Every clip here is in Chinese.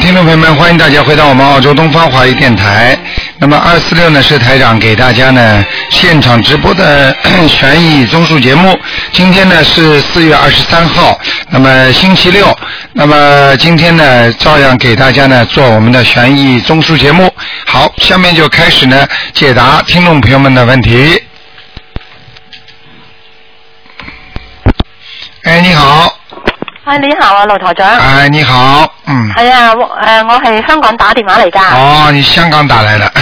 听众朋友们，欢迎大家回到我们澳洲东方华语电台。那么二四六呢是台长给大家呢 现场直播的 咳悬疑综述节目。今天呢是四月二十三号，那么星期六，那么今天呢照样给大家呢做我们的悬疑综述节目。好，下面就开始呢解答听众朋友们的问题。哎，你好，喂，你好啊，卢台长。哎，你好，嗯，系啊，我诶、我系香港打电话嚟噶。哦，你香港打 来的。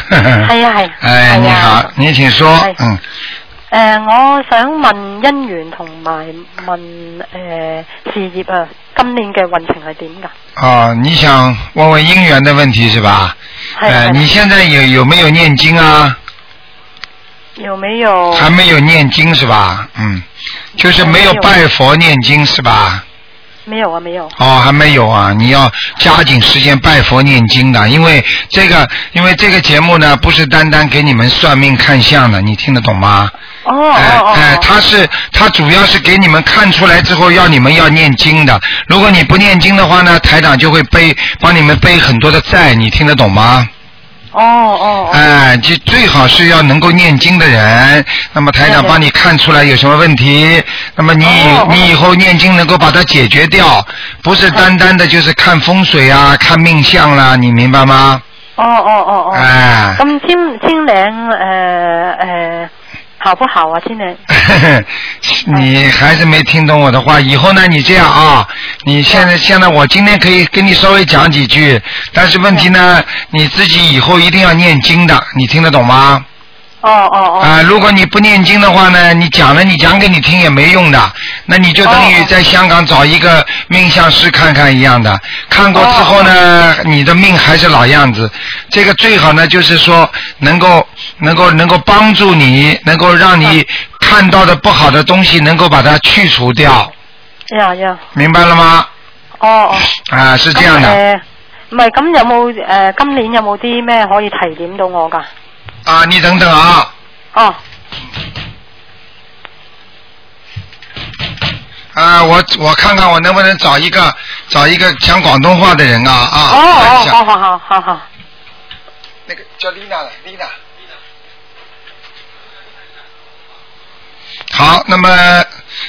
系啊系。哎，系你啊好，你请说哎，嗯，诶、我想問姻緣同埋問诶、事業啊，今年嘅運程係點㗎？哦，你想问问姻缘的问题是吧？係呃，啊係啊你现在有有没有念经啊？有没有？还没有念经是吧？嗯，就是没有还没有拜佛念经是吧？没有啊，没有。哦，还没有啊！你要加紧时间拜佛念经的，因为这个，因为这个节目呢，不是单单给你们算命看相的，你听得懂吗？哦哦哎哦。哎，他是他主要是给你们看出来之后，要你们要念经的。如果你不念经的话呢，台长就会背帮你们背很多的债，你听得懂吗？哦哦哦。哎，就最好是要能够念经的人。那么台长帮你看出来有什么问题，那么你以哦你以后念经能够把它解决掉，不是单单的就是看风水啊、看命相啦、你明白吗？哦哦哦哦。哎。咁千千岭诶诶，好不好啊？千岭。 你还是没听懂我的话。以后呢，你这样啊，你现在现在我今天可以跟你稍微讲几句，但是问题呢，你自己以后一定要念经的，你听得懂吗？哦哦哦。啊、如果你不念经的话呢，你讲了你讲给你听也没用的，那你就等于哦在香港找一个命相师看看一样的，看过之后哦呢，你的命还是老样子。这个最好呢，就是说能够能够能够帮助你，能够让嗯你看到的不好的东西能够把它去除掉，呀呀。明白了吗？哦哦。啊、是这样的。咁誒唔係咁有冇誒、今年有冇啲咩可以提點到我㗎？啊、你等等啊，哦，啊、我我看看我能不能找一个找一个讲广东话的人啊啊哦，等一哦，下好好好好好，那个叫丽娜的丽娜。好，那么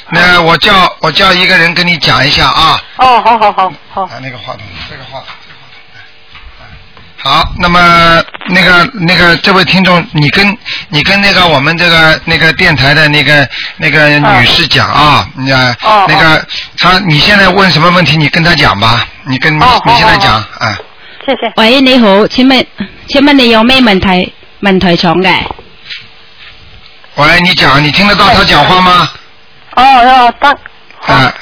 那我叫我叫一个人跟你讲一下啊，哦，好好好好，啊那个话筒，这个话筒。这个话筒哎好，那么那个那个这位听众，你跟你跟那个我们这个那个电台的那个那个啊女士讲啊，你啊哦那个她你现在问什么问题，你跟她讲吧，你跟你哦你现在好好讲啊，謝謝。喂，你好，请问请问你有咩问题问台长嘅？喂，你讲，你听得到她讲话吗？哦，哦，得，好啊，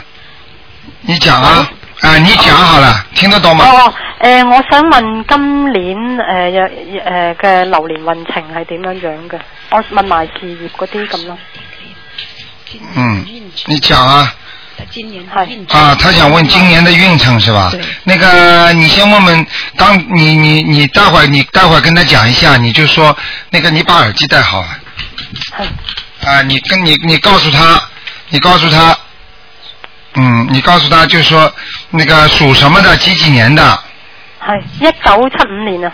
你讲啊，啊，你讲好了，听得懂吗？哦，誒、我想問今年誒有誒嘅流年運程係點樣樣嘅？我問埋事業嗰啲咁咯。嗯，你讲啊，今年係啊，他想问今年的运程是吧对？那个，你先问问，刚你你你待会儿你待会儿跟他讲一下，你就说那个你把耳机戴好啊，係啊，你跟你你告诉他，你告诉他，嗯，你告诉他就说那个属什么的，几几年的，係一九七五年啊，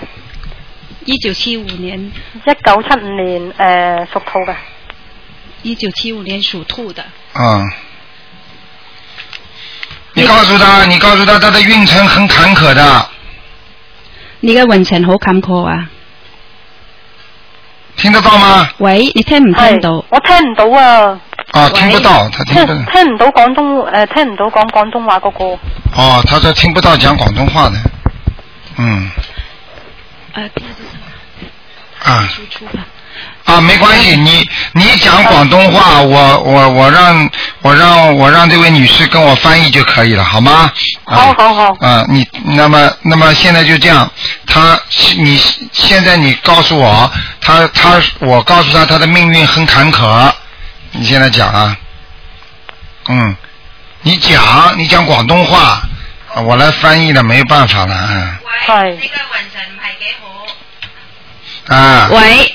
一九七五年，一九七五年誒、屬兔嘅。一九七五年属兔的。嗯，你告诉他，你告诉他他的运程很坎坷的，你嘅运程好坎坷啊！听得到吗？喂，你听唔听到係？我聽唔到啊，啊，喂听不到，他聽听不 到。聽唔到廣東誒、聽唔到講廣東話嗰、個。哦，他说听不到讲广东话的。嗯，呃啊输出吧。啊，没关系，你你讲广东话，我我我让我让我让这位女士跟我翻译就可以了，好吗？啊、好好好。啊，你那么那么现在就这样，他你现在你告诉我，他他我告诉他他的命运很坎坷，你现在讲啊，嗯，你讲你讲广东话，啊我来翻译了，没办法了啊係啊喂，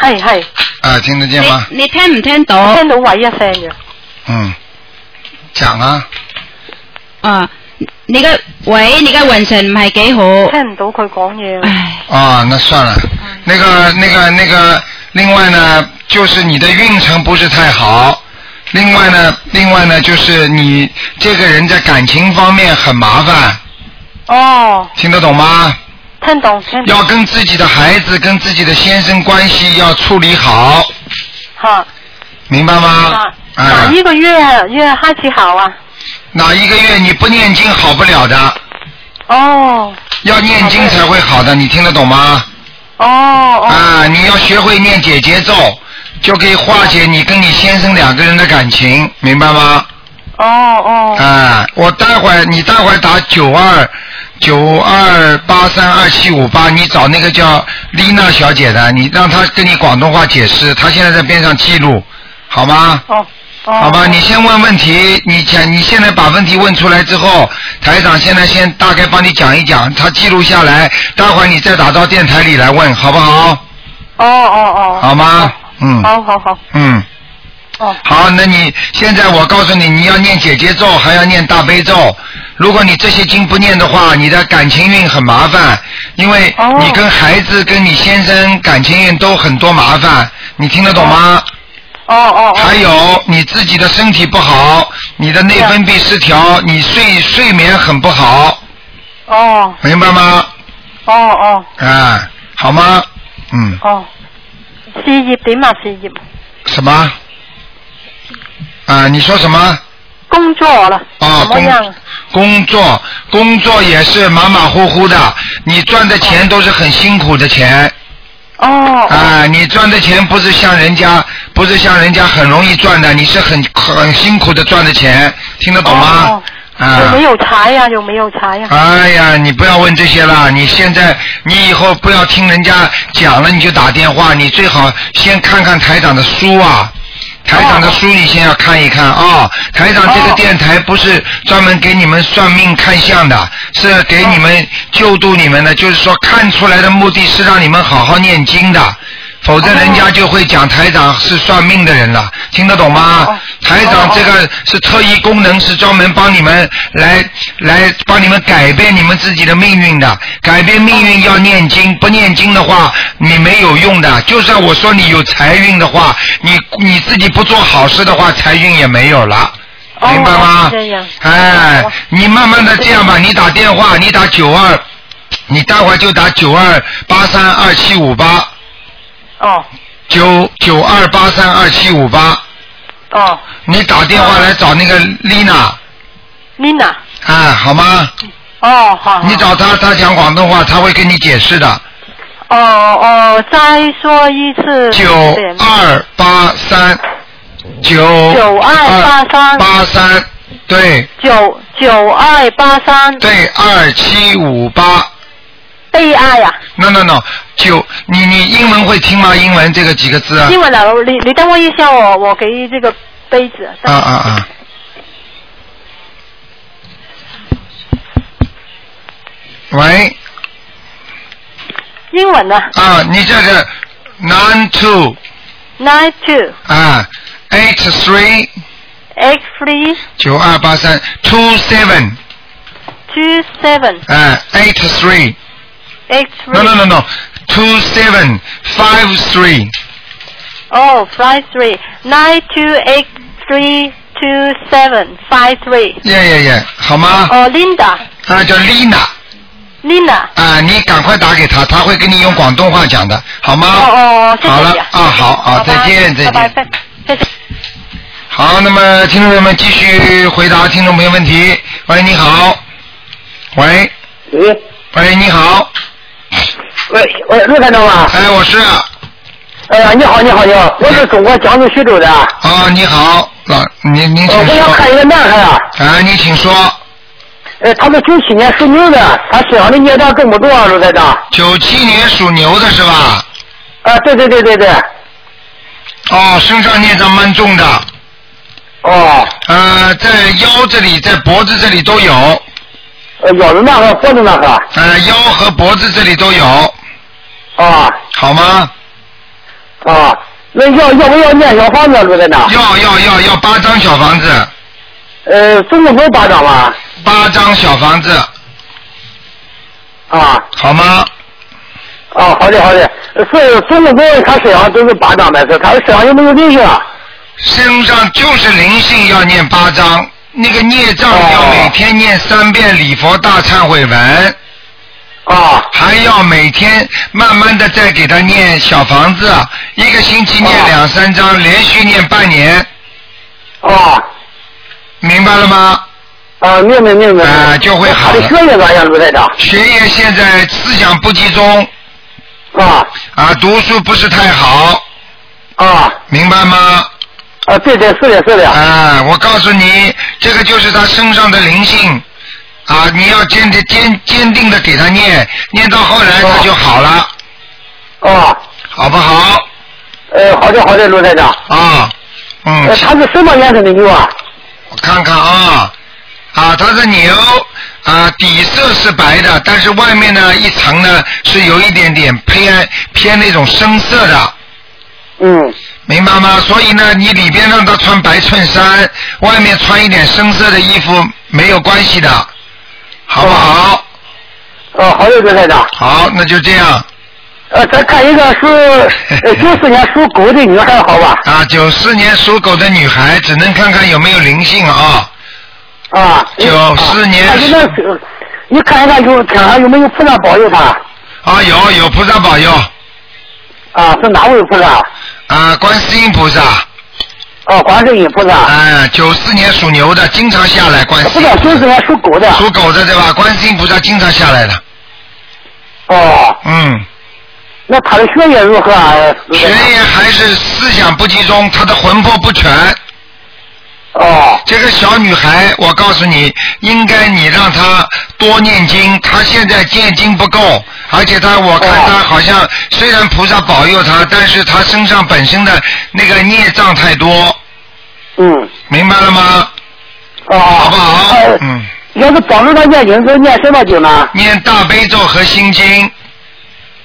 係係，啊，听得见吗？嗯你你听唔听我到？聽到喂一聲嘅。嗯，讲啊，啊，你嘅喂，你嘅运程唔系几好，听唔到佢讲嘢啦。唉，啊，那算了。那个、那个、那个，另外呢，就是你的运程不是太好。另外呢，另外呢，就是你这个人在感情方面很麻烦，哦，听得懂吗？听懂听懂要跟自己的孩子、跟自己的先生关系要处理好，吓。明白吗？哪啊，一个月月开始好啊？哪一个月你不念经好不了的，哦要念经才会好的，你听得懂吗？哦哦啊，你要学会念姐姐咒，就可以化解你跟你先生两个人的感情，明白吗？哦哦啊，我待会儿你待会儿打九二九二八三二七五八，你找那个叫丽娜小姐的，你让她跟你广东话解释，她现在在边上记录，好吗？哦哦。好吧，你先问问题，你讲，你现在把问题问出来之后，台长现在先大概帮你讲一讲，他记录下来，待会儿你再打到电台里来问，好不好？哦哦哦。好吗？嗯。好好好嗯，哦好，那你现在我告诉你，你要念姐姐咒，还要念大悲咒。如果你这些经不念的话，你的感情运很麻烦，因为哦你跟孩子、跟你先生感情运都很多麻烦，你听得懂吗？哦哦哦。还有你自己的身体不好，你的内分泌失调，你睡睡眠很不好，哦明白吗？哦哦啊，好吗？嗯，哦。事业点啊？事业什么？啊，你说什么？工作啦，啊，怎么工样？工作工作也是马马虎虎的，你赚的钱都是很辛苦的钱哦哦啊，你赚的钱不是像人家不是像人家很容易赚的，你是很很辛苦的赚的钱，听得懂吗哦？有啊没。有财呀？有没有财啊呀？哎呀，你不要问这些啦！你现在，你以后不要听人家讲了你就打电话，你最好先看看台长的书啊。台长的书你先要看一看啊、台长这个电台不是专门给你们算命看相的，是给你们救度你们的，就是说看出来的目的是让你们好好念经的。否则人家就会讲台长是算命的人了，听得懂吗？哦啊台长这个是特异功能，是专门帮你们来来帮你们改变你们自己的命运的。改变命运要念经，不念经的话你没有用的。就算我说你有财运的话，你你自己不做好事的话，财运也没有了。哦啊明白吗是？这样哎哦，你慢慢的这样吧，你打电话，你打九二，你待会儿就打九二八三二七五八。哦九九二八三二七五八，哦你打电话来找那个丽娜，Lina，啊，好吗？哦好。你找她，她讲广东话，她会跟你解释的。哦哦，再说一次。九二八三，九9283八三，对九九二八三，对，二七五八悲哀啊！ ，no no no，九，你你英文会听吗？英文这个几个字啊？英文啊，你你等我一下，我我给这个杯子。啊啊啊！喂。英文啊啊，你这个 nine two ，nine two 啊，eight three eight three 九二八三 two seven two seven 啊，eight three，no eight no three no no，two seven five three 哦，five three nine two eight three two seven five three。耶耶耶，好吗？哦，Linda，Lina，啊，叫 Lina 啊，你赶快打给他，他会跟你用广东话讲的，好吗？哦哦，谢谢啊好了你啊，啊，好啊，拜再拜见再见。拜拜，谢谢。好，那么听众朋友们继续回答听众朋友问题。喂，你好。喂，喂喂，你好。喂喂，陆台长吗？哎，我是。哎呀，你好，你好，你好，我是中国江苏徐州的，呃啊，你好，老，您您我请想说。看一个男孩啊，啊，你请说。呃，他是九七年属牛的，他身上的孽障重不重啊，陆台长？九七年属牛的是吧？啊，对对对对对，哦，身上孽障蛮重的，哦，呃，在腰这里，在脖子这里都有，呃，腰子那个，脖子那个，呃，腰和脖子这里都有，啊好吗？啊，那要要不要念小啊房子，陆台长？要要要要八张小房子，呃，总共有八张吧？八张小房子，啊，好吗？啊，好的好的，是中国人他身上都是八张白色，他身上有没有灵性啊？身上就是灵性要念八张，那个孽障哦要每天念三遍礼佛大忏悔文，啊，还要每天慢慢的再给他念小房子，一个星期念哦两三张，连续念半年，啊，明白了吗？啊，明白明白。啊就会好他了的学业咋样，卢台长？学业现在思想不集中啊啊，读书不是太好，啊明白吗？啊，对对，是的是的。啊，我告诉你，这个就是他身上的灵性啊，你要坚定坚坚定的给他念，念到后来他就好了，啊，好不好？呃，好的好的，卢台长。啊，嗯呃，，他是什么颜色的牛啊？我看看啊，啊，它是牛啊，底色是白的，但是外面呢一层呢是有一点点偏偏那种深色的，嗯，明白吗？所以呢，你里边让他穿白衬衫，外面穿一点深色的衣服没有关系的，好不哦好？啊，好的，卢台长。好，那就这样呃，再看一个属呃九四年属狗的女孩，好吧？啊。九四年属狗的女孩，只能看看有没有灵性啊。啊， 94年啊、那个你看一看有天上有没有菩萨保佑他？啊，有有菩萨保佑啊，是哪位菩萨？啊，观世音菩萨。哦，观世音菩萨。哎，九四年属牛的，经常下来观世不音知道啊菩九萨四年属狗的。属狗的对吧？观世音菩萨经常下来的。哦，嗯，那他的学业如何啊？卢学台长业还是思想不集中，她的魂魄不全。哦这个小女孩，我告诉你，应该你让她多念经。她现在念经不够，而且她，我看她好像虽然菩萨保佑她，但是她身上本身的那个孽障太多，嗯，明白了吗？哦，好好不好？嗯，要是帮助他念经，是念什么经呢？念大悲咒和心经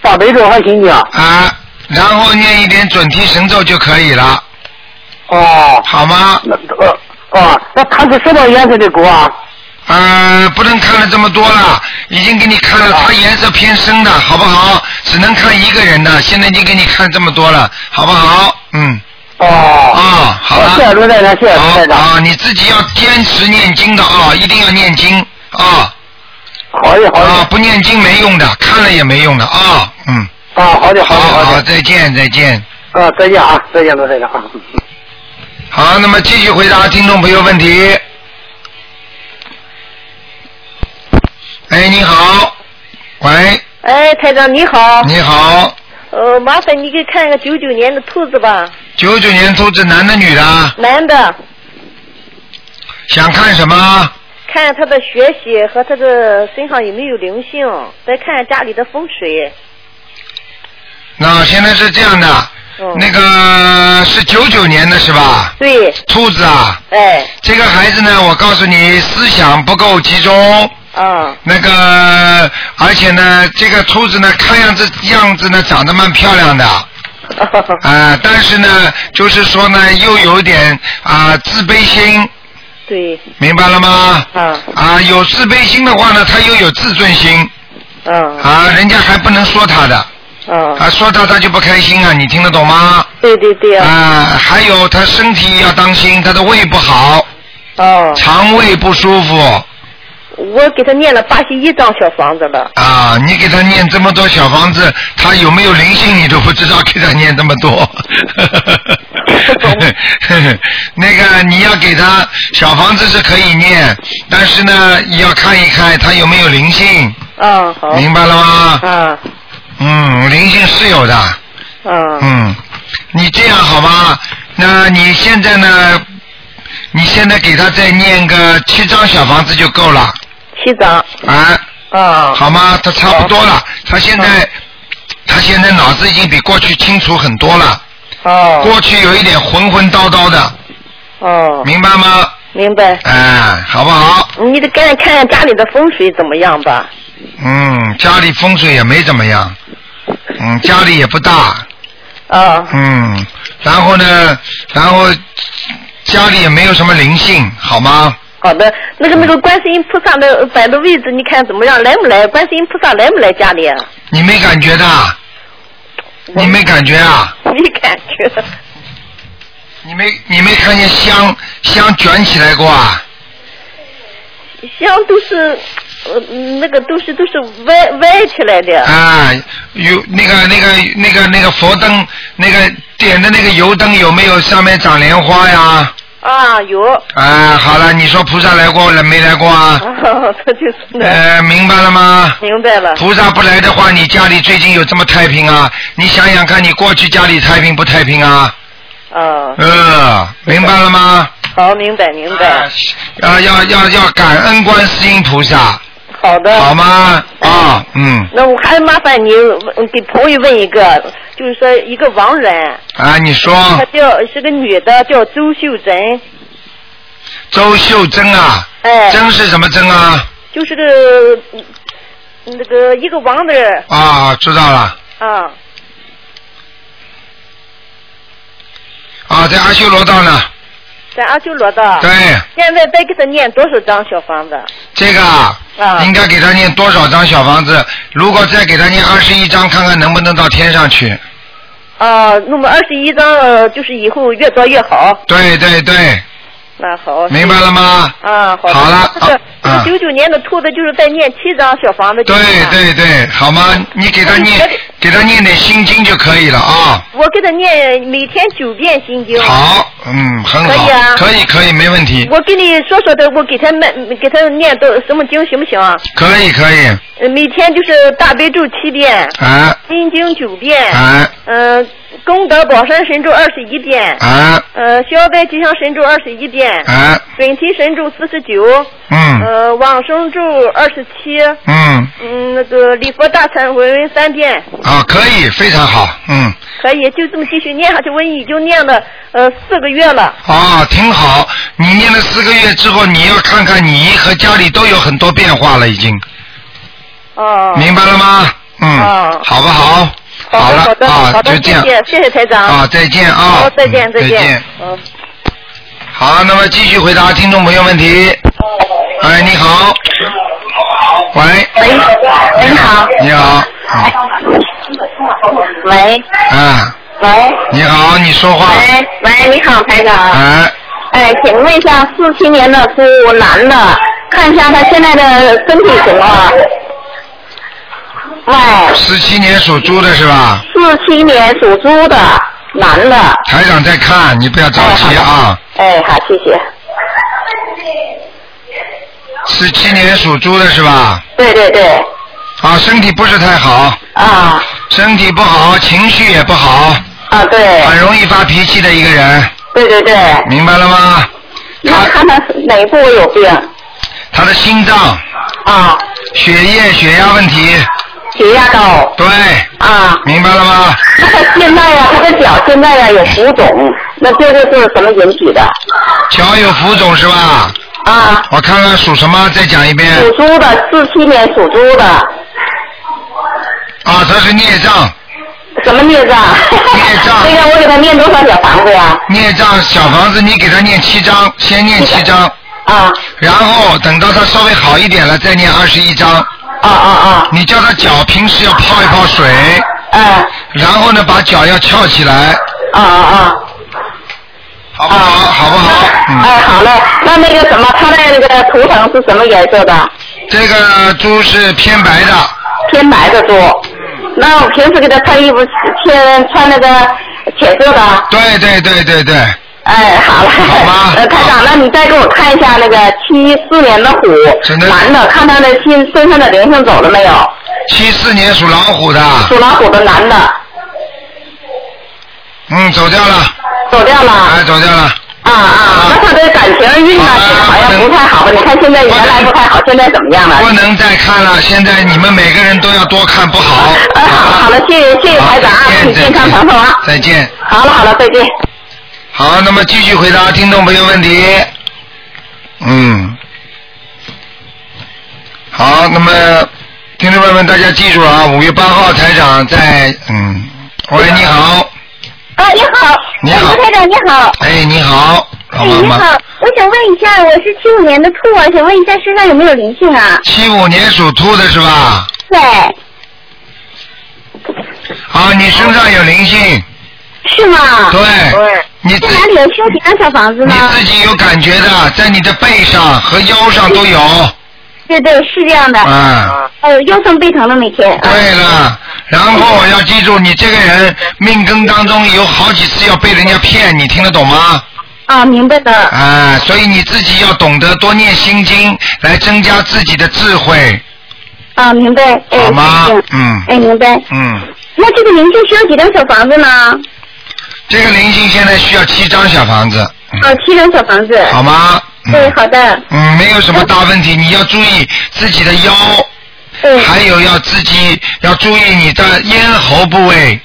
大悲咒和心经。啊，然后念一点准提神咒就可以了，哦，好吗？那呃哦，那他是什么颜色的狗啊？呃，不能看了这么多哦了，已经给你看了，它颜色偏深的，好不好？只能看一个人的，现在已经给你看这么多了，好不好？嗯，哦。啊、啊好谢谢了，卢台长，谢谢卢台好长。啊，你自己要坚持念经的啊、一定要念经啊好的，好的。啊，不念经没用的，看了也没用的啊，嗯，啊，好的，好好的，好好，的。再见再见。啊，再见啊，再见，罗先生啊。好，那么继续回答听众朋友问题。哎，你好，喂，哎，台长你好，你好，呃，麻烦你给看一个九九年的兔子吧，九九年兔子，男的女的啊？男的，想看什么？看他的学习和他的身上有没有灵性，再看家里的风水。那现在是这样的，嗯，那个是九九年的是吧？对，兔子啊，哎，这个孩子呢，我告诉你，思想不够集中，啊， 那个而且呢，这个兔子呢，看样子样子呢，长得蛮漂亮的。啊、但是呢，就是说呢，又有点啊、自卑心，对，明白了吗？啊，啊、有自卑心的话呢，他又有自尊心，啊，啊、人家还不能说他的，啊、啊，说他他就不开心啊，你听得懂吗？对对对啊、啊，还有他身体要当心，他的胃不好，哦，肠胃不舒服，我给他念了八十一张小房子了，啊、你给他念这么多小房子，他有没有灵性你都不知道，给他念这么多。 那个你要给他小房子是可以念，但是呢，也要看一看他有没有灵性，啊，好，明白了吗？啊，嗯，灵性是有的。啊，嗯，你这样好吧？那你现在呢？你现在给他再念个七张小房子就够了七张，啊。啊，好吗？他差不多了，他现在他现在脑子已经比过去清楚很多了，哦，过去有一点浑浑叨叨的，哦，明白吗？明白。哎，好不好？你得看看家里的风水怎么样吧。嗯，家里风水也没怎么样，嗯，家里也不大，啊，嗯，然后呢，然后家里也没有什么灵性，好吗？好的，那个那个嗯观世音菩萨的摆的位置，你看怎么样？来不来？观世音菩萨来不来家里啊？你没感觉的，你 没感觉啊？没感觉。你没你没看见香香卷起来过啊？香都是，呃，那个都是都是歪歪起来的。啊，有那个那个那个那个佛灯，那个点的那个油灯有没有上面长莲花呀？啊，有。 啊，好了，你说菩萨来过了没来过啊？啊，他就是的。呃，明白了吗？明白了。菩萨不来的话，你家里最近有这么太平啊？你想想看，你过去家里太平不太平啊？啊，呃，明白了吗？好，明白明白。啊，要要要感恩观世音菩萨，好的。好吗？啊，嗯，那我还麻烦你问给朋友问一个，就是说一个亡人，啊，你她说叫是个女的，叫周秀珍，周秀珍啊，哎，珍是什么珍啊？就是个嗯那个一个王字儿啊，知道了。啊，啊，在阿修罗道呢。在阿修罗道。对，现在再给他念多少张小房子？这个啊，啊应该给他念多少张小房子？如果再给他念二十一张，看看能不能到天上去。啊，那么二十一张，呃就是以后越多越好。对对对，那好。明白了吗？啊，好的。好了这个这啊个九九年的兔子就是在念七张小房子。对。对对，好吗？你给他念，嗯给他念点心经就可以了啊。我给他念每天九遍心经。。好，嗯，很好可以啊，可以可以，没问题，我给你说说的，我给他们给他念都什么经行不行啊？可以可以，呃每天就是大悲咒七遍，啊心经九遍，啊嗯、功德宝山神咒二十一遍，啊呃，消灾吉祥神咒二十一遍，啊，准提神咒四十九，嗯呃，往生咒二十七，嗯，嗯，那个礼佛大忏悔文三遍，啊，可以，非常好，嗯。可以，就这么继续念下去。我已经念了呃四个月了。啊，挺好。你念了四个月之后，你要看看你和家里都有很多变化了，已经、哦，明白了吗？嗯，哦好不好？好的了好的啊，好的，就这谢样谢谢谢台长。啊，再见啊，好，再见嗯再再见。嗯。好，那么继续回答听众朋友问题。哎，你好。喂。喂，喂，你好。你好。哎喂，啊，喂，你好，你说话。哎喂，喂，你好，台长。哎，哎，请问一下，四七年的猪男的，看一下他现在的身体情况。喂，十七年属猪的是吧？四七年属猪的男的。台长在看，你不要着急啊。哎，好，谢谢。十七年属猪的是吧？对对对，啊，身体不是太好。啊身体不好，情绪也不好，啊，对，很容易发脾气的一个人，对对对，明白了吗？那看他哪部有病他的心脏、啊？血液、血压问题，血压高对，啊。 明白了吗？他的现在呀、他的脚现在呀、有浮肿，那这个是什么引起的？脚有浮肿是吧？啊，我看看属什么，再讲一遍。属猪的，四七年属猪的，啊，他是孽障，什么孽障？孽 障那个我给他念多少小房子呀、孽障小房子，你给他念七章，先念七章，啊？然后等到他稍微好一点了，再念二十一章。啊啊啊你叫他脚平时要泡一泡水，啊！然后呢，把脚要翘起来，嗯啊啊啊！好不好？好不好？嗯。哎，好嘞，那那个什么，他的那个图腾是什么颜色的？这个猪是偏白的，偏白的猪。嗯那我平时给他穿衣服，穿穿那个浅色的。对对对对对，哎，好了，好吧 呃，台长，那你再给我看一下那个七四年的虎真的男的，看他的心身上的灵性走了没有？七四年属老虎的，属老虎的男的嗯，走掉了，走掉了。哎，走掉了，啊啊，那他的感情运呢，啊这个好像不太好吧？你看现在原来不太好，现在怎么样了？不能再看了，现在你们每个人都要多看，不好。哎，好，好了，谢谢谢谢台长啊，再见身体健康长寿啊！再见。好了好了，再见。好，那么继续回答听众朋友问题。嗯，好，那么听众朋友们，大家记住了啊，五月八号台长在嗯，喂，你好，啊，你好，你好哎台长你好，哎，你好，老妈妈，我想问一下，我是七五年的兔啊，想问一下身上有没有灵性啊？七五年属兔的是吧？对，啊，你身上有灵性，是吗？对，对，你自啊在哪里有修几张小房子你呢？自己有感觉的，在你的背上和腰上都有，对对，是这样的。嗯。啊，呃，腰酸背疼的每天。啊对了，然后要记住，你这个人命根当中有好几次要被人家骗，你听得懂吗？啊，明白的。啊，所以你自己要懂得多念心经，来增加自己的智慧，啊，明白。哎，好吗是这样？嗯哎，明白。嗯，那这个灵性需要几张小房子呢？这个灵性现在需要七张小房子，啊，七张小房子。嗯好吗？嗯对，好的。嗯，没有什么大问题，你要注意自己的腰，对。还有要自己要注意你的咽喉部位，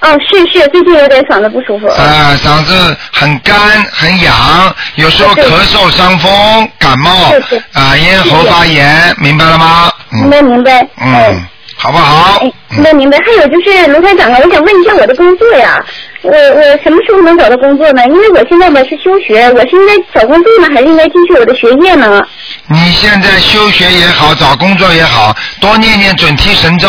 哦，是是，最近有点嗓子不舒服。啊，嗓子很干很痒，有时候对咳嗽、伤风、感冒对对，啊，咽喉谢谢发炎，明白了吗？明白嗯明白。哎嗯，好不好哎，？嗯明白明白。还有就是卢台长啊，我想问一下我的工作呀，我我什么时候能找到工作呢？因为我现在吧是休学，我是应该找工作呢，还是应该继续我的学业呢？你现在休学也好，找工作也好，多念念准提神咒，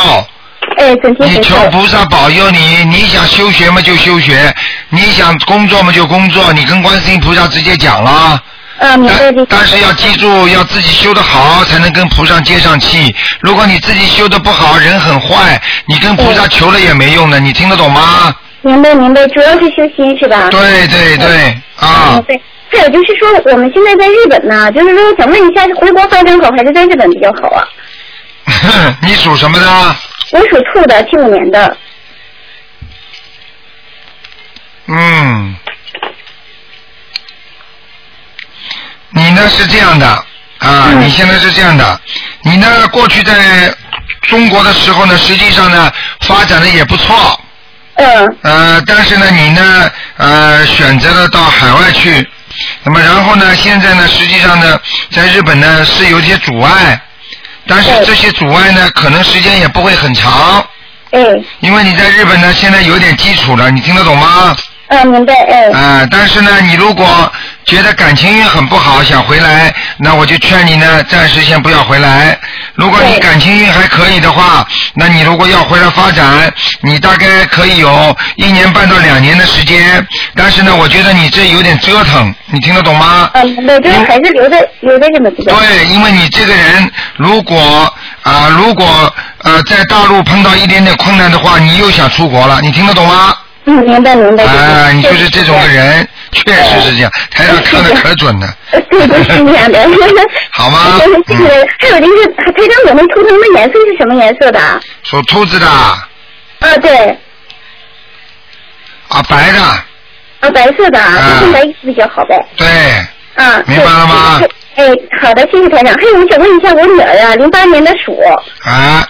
哎，整天你学求习。菩萨保佑你。你想休学嘛就休学，你想工作嘛就工作，你跟观世音菩萨直接讲了。啊，明白但的。但是要记住，要自己修得好，才能跟菩萨接上气。如果你自己修得不好，人很坏，你跟菩萨求了也没用的。你听得懂吗？明白明白，主要是修心是吧？对对对，啊嗯嗯，，对。还有就是说，我们现在在日本呢，就是说想问一下，回国发展好还是在日本比较好啊？ 你属什么的？我属兔的，七五年的。嗯，你呢是这样的啊，嗯你现在是这样的，你呢过去在中国的时候呢，实际上呢发展的也不错，嗯呃，但是呢你呢呃选择了到海外去，那么然后呢现在呢实际上呢在日本呢是有一些阻碍，但是对这些阻碍呢可能时间也不会很长，哎，因为你在日本呢现在有点基础了，你听得懂吗？嗯，明白哎。啊、但是呢，你如果觉得感情运很不好，想回来，那我就劝你呢，暂时先不要回来。如果你对感情运还可以的话，那你如果要回来发展，你大概可以有一年半到两年的时间。但是呢，我觉得你这有点折腾，你听得懂吗？嗯，明白，就是还是留在留在日本比较好。对，啊因为你这个人，如果啊、如果呃，在大陆碰到一点点困难的话，你又想出国了，你听得懂吗？嗯，明白明白。啊，你就是是这种个。人，确实是这样。台上看的可准了，对 对对，是这 样的。好吗对对对，还有就是，台长，我们图腾的颜色是什么颜色的啊？属兔子的啊，啊，对，白的，啊，白色的啊啊，穿白衣服比较好呗。对，啊，明白了吗对？对对哎，好的，谢谢台长。还有，我想问一下我女儿啊，零八年的鼠，啊，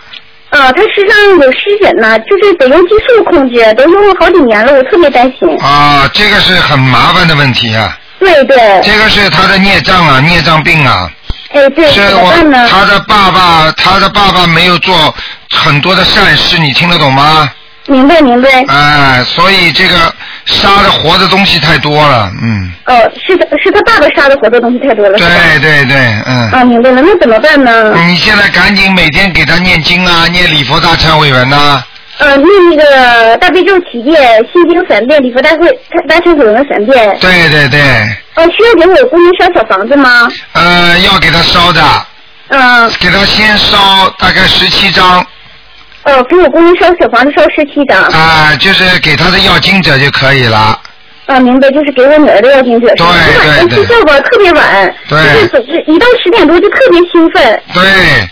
啊，她身上有湿疹呢，就是得用激素控制，都用了好几年了，我特别担心。啊，这个是很麻烦的问题啊，对对，这个是他的孽障啊，孽障病啊，哎对，是怎么我办呢？他的爸爸，他的爸爸没有做很多的善事，你听得懂吗？明白明白。啊，所以这个杀的活的东西太多了，嗯，哦，是他是他爸爸杀的活的东西太多了，是吧？对对对，嗯。啊，明白了，那怎么办呢？你现在赶紧每天给他念经啊，念礼佛大忏悔文啊呐、呃，念那个大悲咒七遍，心经三遍，礼佛大会大忏悔文三遍。对对对，呃，需要给我姑娘烧小房子吗？呃，要给他烧的，嗯、呃，给他先烧大概十七张，哦给我姑娘烧小房子烧十七张。啊、就是给他的要经者就可以了。啊，明白，就是给我女儿的要经者。对我晚上对对睡觉吧，特别晚，对就是总是一到十点多就特别兴奋。对，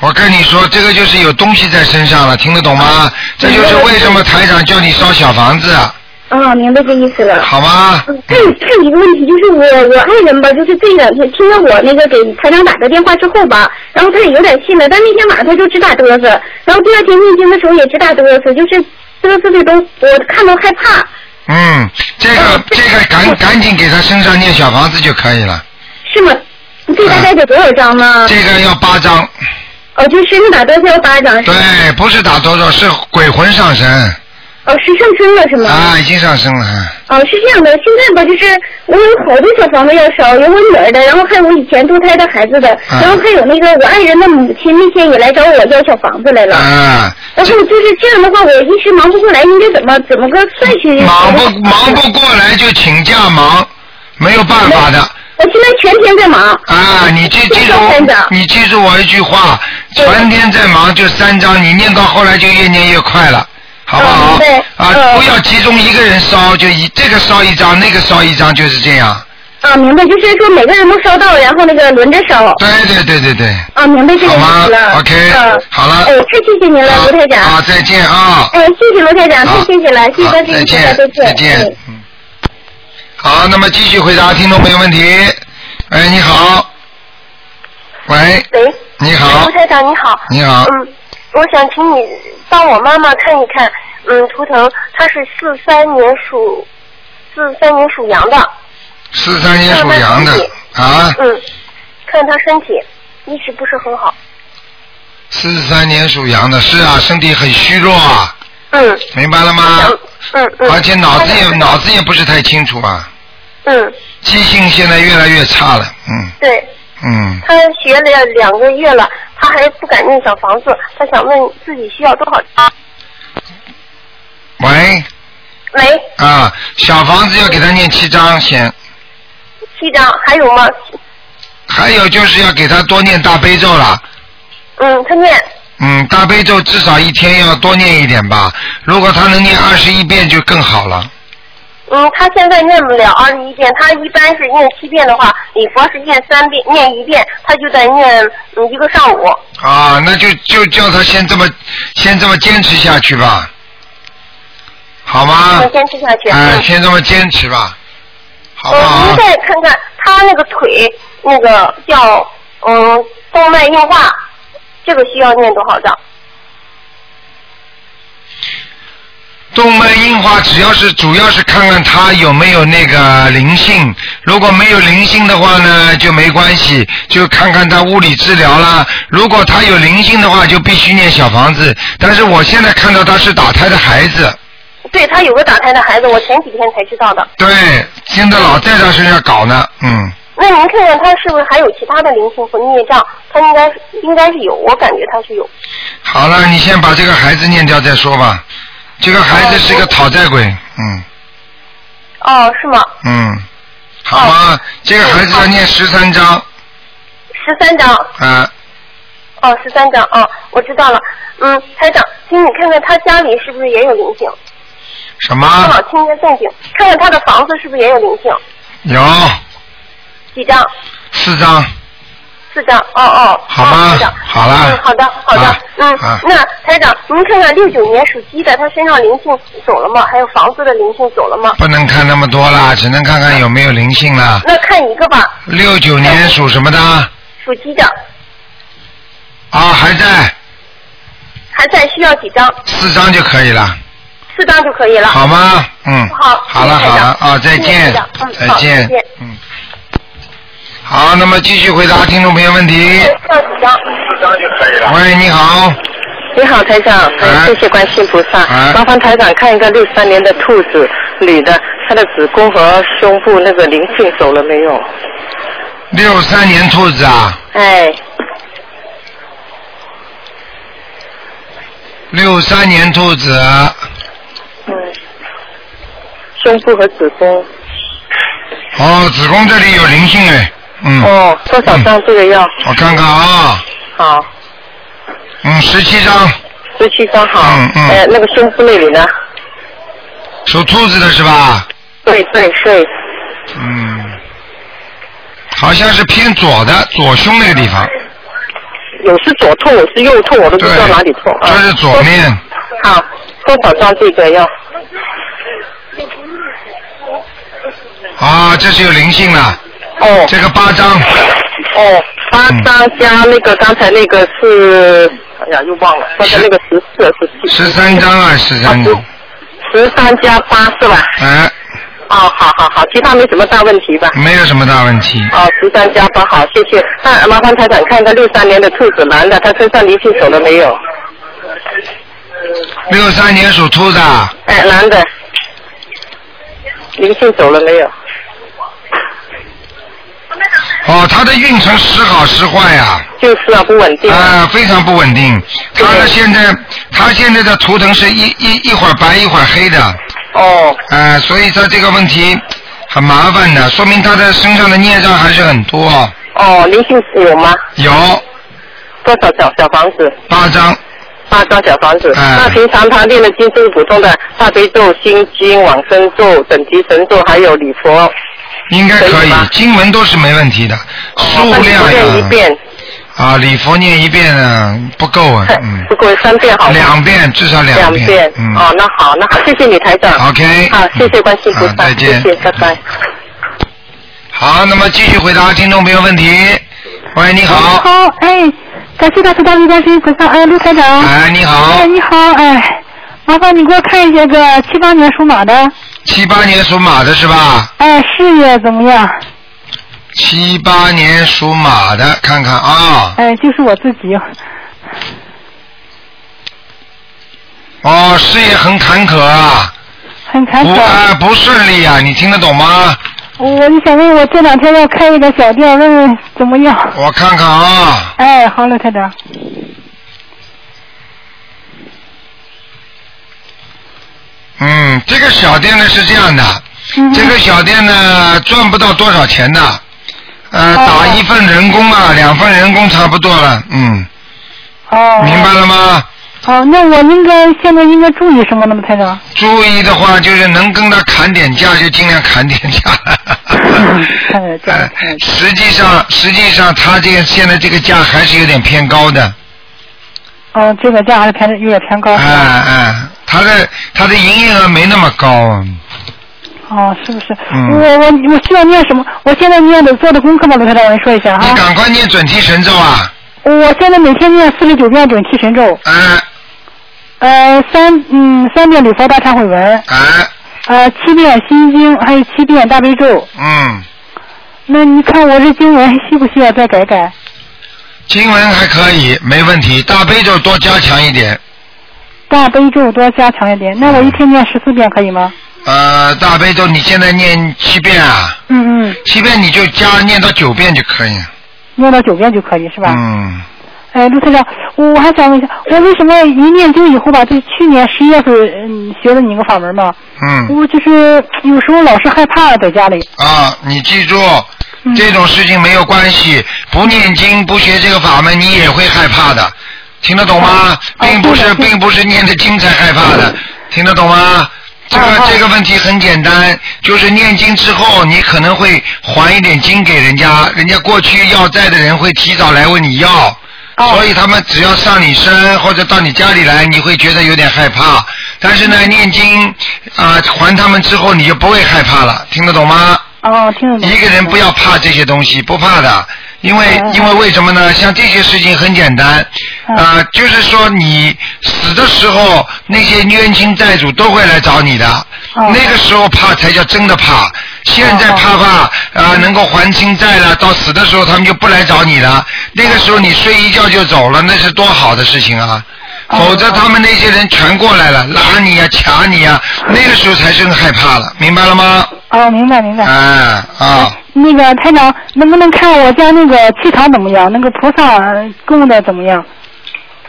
我跟你说，这个就是有东西在身上了，听得懂吗？这就是为什么台长叫你烧小房子，啊，明白这意思了。好吗？嗯还有还有一个问题，就是我我爱人吧，就是这两天听了我那个给台长打个电话之后吧，然后他也有点信了，但那天晚上他就直打嘚瑟，然后第二天念经的时候也直打嘚瑟，就是嘚瑟的都我看到害怕。嗯，这个这个赶赶紧给他身上念小房子就可以了，是吗？这大概得多少张呢？嗯这个要八张。哦，就是身上打嘚瑟要八张。是吧对，不是打多少，是鬼魂上身。哦，是上升了是吗？啊，已经上升了。啊哦，是这样的，现在吧，就是我有好多小房子要烧，有我女儿的，然后还有我以前堕胎的孩子的，嗯然后还有那个我爱人的母亲，那天也来找我要小房子来了。啊，然后就是这样的话，我一时忙不过来，应该怎么怎么个算去？忙不忙不过来就请假忙，没有办法的。我现在全天在忙。啊，你记记住先生先生，你记住我一句话，全天在忙就三张，你念到后来就越念越快了，好不好嗯对？啊，嗯不要集中一个人烧，就一这个烧一张，那个烧一张，就是这样。啊，明白，就是说每个人都烧到，然后那个轮着烧。对对对对对，啊，明白这个好意吗思了。 ？OK，嗯好了哎，太谢谢您了，好卢台长。好，再见啊。哎，谢谢卢台长，太好，谢谢了，谢谢好观世啊再音菩萨，见再见。再见哎。嗯。好，那么继续回答听众朋友问题。喂，你好。喂，喂，你好卢，台长你好。你好，嗯，我想请你帮我妈妈看一看，嗯，图腾，她是四三年属，四三年属羊的，四三年属羊的啊，嗯，看她身体一直不是很好，四三年属羊的是啊，身体很虚弱啊，嗯，明白了吗？想，嗯嗯嗯，啊而且脑子也她想脑子也不是太清楚啊，嗯，记性现在越来越差了，嗯对，嗯。她学了两个月了，她还不敢念小房子，她想问自己需要多少啊张？喂喂，啊，小房子要给他念七章先，七张，还有吗？还有就是要给他多念大悲咒了。嗯，她念，嗯，大悲咒至少一天要多念一点吧。如果他能念二十一遍就更好了。嗯，他现在念不了二十一遍，他一般是念七遍的话，礼佛是念三遍，念一遍，他就得念嗯一个上午。啊，那就就叫他先这么先这么坚持下去吧，好吗？能坚持下去。哎、嗯，先这么坚持吧，好不嗯，好您？再看看他那个腿那个叫嗯动脉硬化，这个需要念多少章？动脉硬化只要是主要是看看他有没有那个灵性，如果没有灵性的话呢，就没关系，就看看他物理治疗啦。如果他有灵性的话，就必须念小房子。但是我现在看到他是打胎的孩子，对他有个打胎的孩子，我前几天才知道的。对，现在老在他身上搞呢，嗯，那您看看他是不是还有其他的灵性和孽障？他应该应该是有，我感觉他是有。好了，你先把这个孩子念掉再说吧。这个孩子是个讨债鬼，嗯哦，是吗？嗯，好吗？这个孩子要念十三章十三章。啊，哦，十三张哦，我知道了。嗯，台长，请你看看他家里是不是也有灵性？什正好么？听见动静，看看他的房子是不是也有灵性？有几张？四张。四张。哦哦。好吗哦台长好啦嗯，好的，好的啊。嗯，啊那台长，您看看六九年属鸡的，他身上灵性走了吗？还有房子的灵性走了吗？不能看那么多嗯啦，只能看看有没有灵性啦。那看一个吧，六九年属什么的？属鸡的啊，还在还在需要几张？四张就可以了，四张就可以了。好吗？嗯，好好了谢谢好台了长啊，再谢谢见台长，嗯再好见再见，嗯。好，那么继续回答听众朋友问题。要几张？喂，你好，你好，台长，嗯哎谢谢观世音菩萨，哎麻烦台长看一个六三年的兔子，女的，她的子宫和胸部那个灵性走了没有？六三年兔子啊，哎，六三年兔子，啊嗯，胸部和子宫，哦，子宫这里有灵性哎，嗯，哦，多少张这个要？我看看啊，好，嗯，十七张，十七张好。嗯嗯呃，那个胸部那里呢？属兔子的是吧？对对对，嗯，好像是偏左的左胸那个地方，有时左痛，有时右痛，我都不对知道哪里痛，啊。就是左面，好，多少张这个要？啊，这是有灵性了，哦这个八张，哦，八张加那个刚才那个是，哎呀又忘了，刚才那个十四十七。十三张啊，十三张，十三加八是吧？哎，哦，好好好，其他没什么大问题吧？没有什么大问题，哦，十三加八，好，谢谢。那麻烦台长看一下六三年的兔子男的，他身上灵性走了没有？六三年属兔的，哎，男的，灵性走了没有？哦，他的运程时好时坏呀、就是啊，不稳定。啊，非常不稳定。他的现在，他现在的图腾是一一一会儿白一会儿黑的，哦，啊，所以他这个问题很麻烦的，说明他的身上的孽障还是很多，哦，灵性有吗？有多少小小房子？八张，八张小房子。哎那平常他练的经就是普通的大悲咒、心经、往生咒、等级神咒，还有礼佛。应该可可以以吗，经文都是没问题的，数哦那你多量练呀一、遍，啊，礼佛念一遍啊不够啊，嗯，不过三遍好吗？两遍至少两遍，嗯、哦，那好，那好，谢谢你台长。 OK 好，谢谢关心菩嗯啊萨，再见谢谢，拜拜。好，那么继续回答听众朋友问题。喂，你好，好，哎，感谢大慈大悲观世音菩萨，哎，陆台长，哎，你好哎，，你好，哎，麻烦你给我看一下个七八年属马的，七八年属马的是吧？哎，事业怎么样？七八年属马的，看看啊，哎，就是我自己，哦，事业很坎坷啊，很坎不坷。啊不顺利啊，你听得懂吗？嗯我就想问，我这两天要开一个小店，问问怎么样？我看看啊，哎，好，陆台长，嗯，这个小店呢是这样的，嗯，这个小店呢赚不到多少钱的，呃，哦打一份人工啊，两份人工差不多了，嗯，哦，明白。了吗？哦，那我应该现在应该注意什么呢，陆台长？注意的话，就是能跟他砍点价就尽量砍点价。 看得见呃看得见实际上，实际上他这个现在这个价还是有点偏高的，哦，这个价还是偏有点偏高哎、。哎、他的他的营业额没那么高啊。哦，是不是？嗯我我我需要念什么？我现在念的做的功课吗？卢台长，我跟你说一下你哈。赶快念准提神咒啊！我现在每天念四十九遍准提神咒，哎、呃，三嗯三遍礼佛大忏悔文，哎、呃七遍心经，还有七遍大悲咒。嗯，那你看我这经文需不需要再改改？经文还可以，没问题。大悲咒多加强一点。大悲咒多加强一点。那我一天念十四遍可以吗？呃，大悲咒你现在念七遍啊，嗯嗯，七遍你就加念到九遍就可以了。念到九遍就可以是吧？嗯。哎，陆队长，我我还想问一下，我为什么一念经以后吧，就去年十一月份嗯学了你一个法门嘛，嗯我就是有时候老是害怕在家里。啊，你记住，嗯这种事情没有关系，不念经不学这个法门，你也会害怕的，听得懂吗？哦并不对是的对的嗯并不是念着经才害怕的，听得懂吗？这个、哦哦这个问题很简单，就是念经之后，你可能会还一点经给人家，人家过去要债的人会提早来问你要，哦所以他们只要上你身或者到你家里来，你会觉得有点害怕。但是呢，嗯念经啊、还他们之后，你就不会害怕了，听得懂吗？哦，听得 懂。一个人不要怕这些东西，不怕的，因为嗯嗯因为为什么呢？像这些事情很简单，啊、嗯就是说你死的时候，那些冤亲债主都会来找你的，哦那个时候怕才叫真的怕。现在哦怕怕啊、能够还清债了，到死的时候他们就不来找你了。那个时候你睡一觉就走了，那是多好的事情啊！哦否则他们那些人全过来了，拉你呀、卡你呀、嗯那个时候才真害怕了，明白了吗？哦，明白明哎白。啊。那个台长，能不能看我家那个气场怎么样？那个菩萨供的怎么样？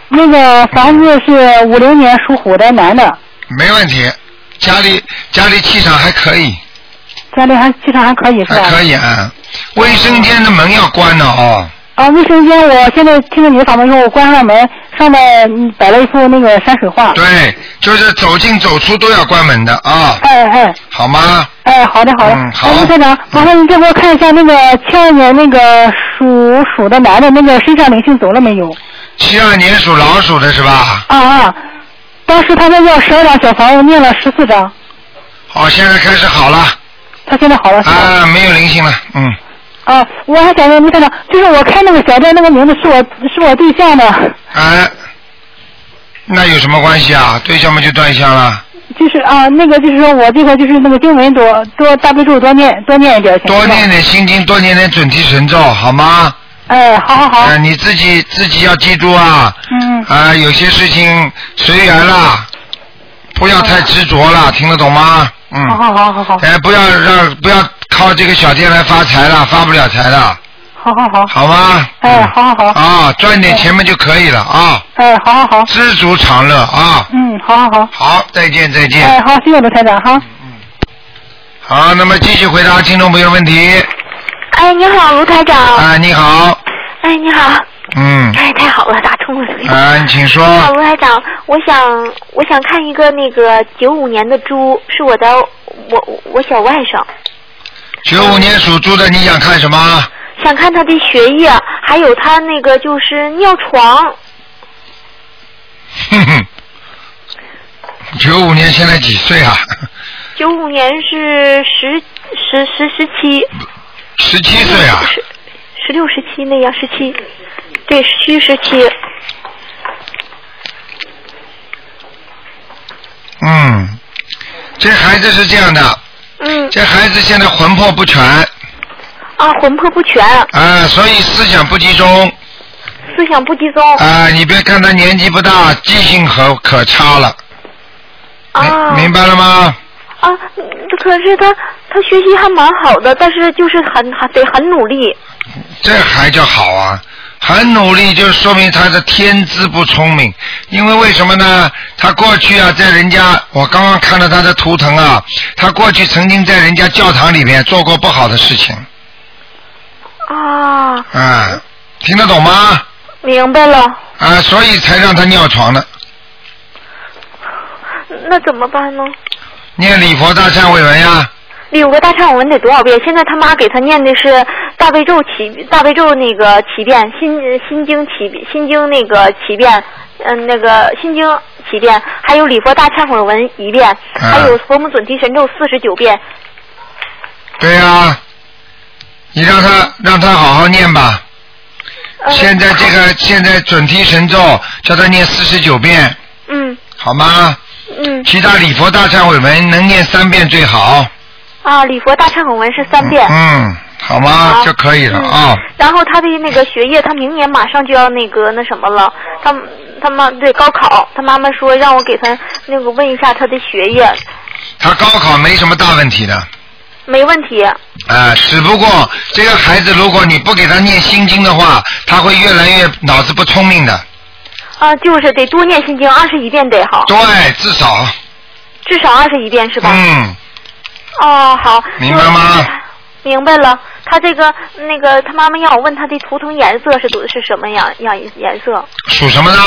那个房子是五零年属虎的男的，没问题，家里家里气场还可以，家里还气场还可以是还吧？可以啊。卫生间的门要关了哦，啊，卫生间，我现在听了你的法门以后，我关上门，上面摆了一幅那个山水画。对，就是走进走出都要关门的啊，哎哎好吗？哎，好的好的。嗯好哎，陆台长，麻烦您再给我看一下那个七二年那个属鼠的男的，那个身上灵性走了没有？七二年属老鼠的是吧？啊啊！当时他们要十二张小房，我念了十四张，好，现在开始好了他现在好了是吧？啊，没有灵性了，嗯，啊，我还想问卢台长，就是我开那个小店那个名字是我是我对象的，啊，那有什么关系啊？对象嘛就对象了，就是啊，那个就是说我这个就是那个经文多多大悲咒多念多念一点行多是吧念点心经，多念点准提神咒，好吗？哎，好好好，啊，你自己自己要记住啊，嗯，啊，有些事情随缘啦，不要太执着了，听得懂吗？嗯。好哦好好好好。哎，不要让不要靠这个小店来发财了，发不了财的，好好好。好吗？哦哎，好好好。啊，赚点钱嘛就可以了啊，哎，好好好。知足常乐啊。嗯，好好好。好，再见再见。哎，好，谢谢卢台长哈。好，那么继续回答听众朋友问题。哎，你好，卢台长。啊，你好，哎，你好。嗯，哎，太好了，打通了。啊，你请说你。好，卢台长，我想我想看一个那个九五年的猪，是我的我我小外甥，九五年属猪的，你想看什么？ 想看他的学业，还有他那个就是尿床，哼哼，九五年现在几岁啊？九五年是十十十十七，十七岁啊？十六十七那样十七，对，虚十七，嗯，这孩子是这样的，嗯，这孩子现在魂魄不全啊，魂魄不全，啊，所以思想不集中思想不集中，啊。你别看他年纪不大，记性可可差了，啊，明白了吗？啊，嗯可是他他学习还蛮好的，但是就是很很得很努力。这还叫好啊！很努力，就说明他的天资不聪明。因为为什么呢？他过去啊，在人家我刚刚看到他的图腾啊，他过去曾经在人家教堂里面做过不好的事情啊，啊、听得懂吗？明白了，啊，所以才让他尿床的。 那怎么办呢？念礼佛大忏悔文呀，有个大忏文得多少遍？现在他妈给他念的是大悲咒七大悲咒那个七遍，心心经七心经那个七遍，嗯、那个心经七遍，还有礼佛大忏悔文一遍，嗯还有佛母准提神咒四十九遍。对呀、你让他让他好好念吧。嗯现在这个现在准提神咒叫他念四十九遍，嗯好吗？嗯。其他礼佛大忏悔文能念三遍最好。啊，礼佛大忏悔文是三遍。嗯，好吗？好嗯就可以了啊、然后他的那个学业，他明年马上就要那个那什么了，他他妈对高考，他妈妈说让我给他那个问一下他的学业，他高考没什么大问题的，啊、没问题。只不过这个孩子，如果你不给他念心经的话，他会越来越脑子不聪明的。啊，就是得多念心经，二十一遍得好，对，至少，至少二十一遍是吧？嗯，哦，好。明白吗？明白了，他这个那个他妈妈让我问他的图腾颜色是多是什么样样颜色？属什么呢？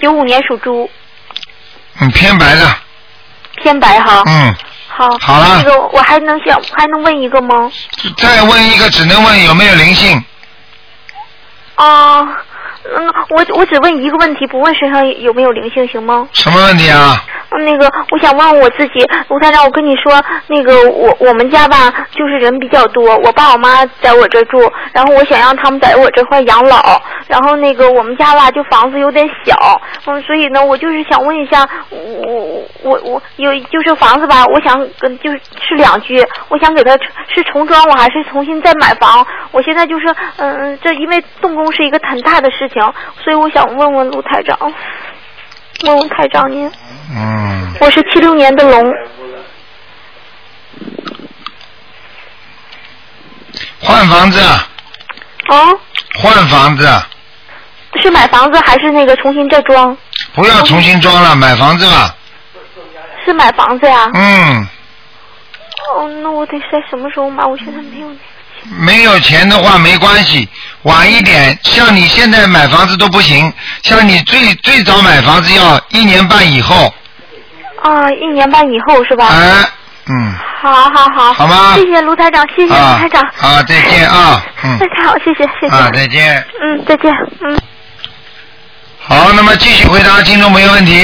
九五年属猪，嗯，偏白的，偏白哈。嗯。好。好了那个我还能想还能问一个吗？再问一个，只能问有没有灵性。啊，嗯，我我只问一个问题，不问身上有没有灵性，行吗？什么问题啊？嗯那个，我想问问我自己，卢台长，我跟你说，那个我我们家吧，就是人比较多，我爸我妈在我这住，然后我想让他们在我这块养老，然后那个我们家吧，就房子有点小，嗯，所以呢，我就是想问一下，我我我有就是房子吧，我想跟就是是两居，我想给它是重装我还是重新再买房？我现在就是嗯，嗯这因为动工是一个很大的事情，所以我想问问卢台长，问问台长您。嗯，我是七六年的龙，换房子，啊，换房子，啊是买房子还是那个重新再装？不要重新装了，买房子吧。是买房子呀？嗯，哦，那我得在什么时候买？我现在没有。没有钱的话没关系，晚一点。像你现在买房子都不行，像你最最早买房子要一年半以后。啊，一年半以后是吧？哎，嗯，啊好好好。好吗谢谢卢台长，谢谢卢啊台长。啊，再见啊，嗯那，太好，谢谢谢谢。啊，再见。嗯，再见，嗯。好，那么继续回答听众朋友问题。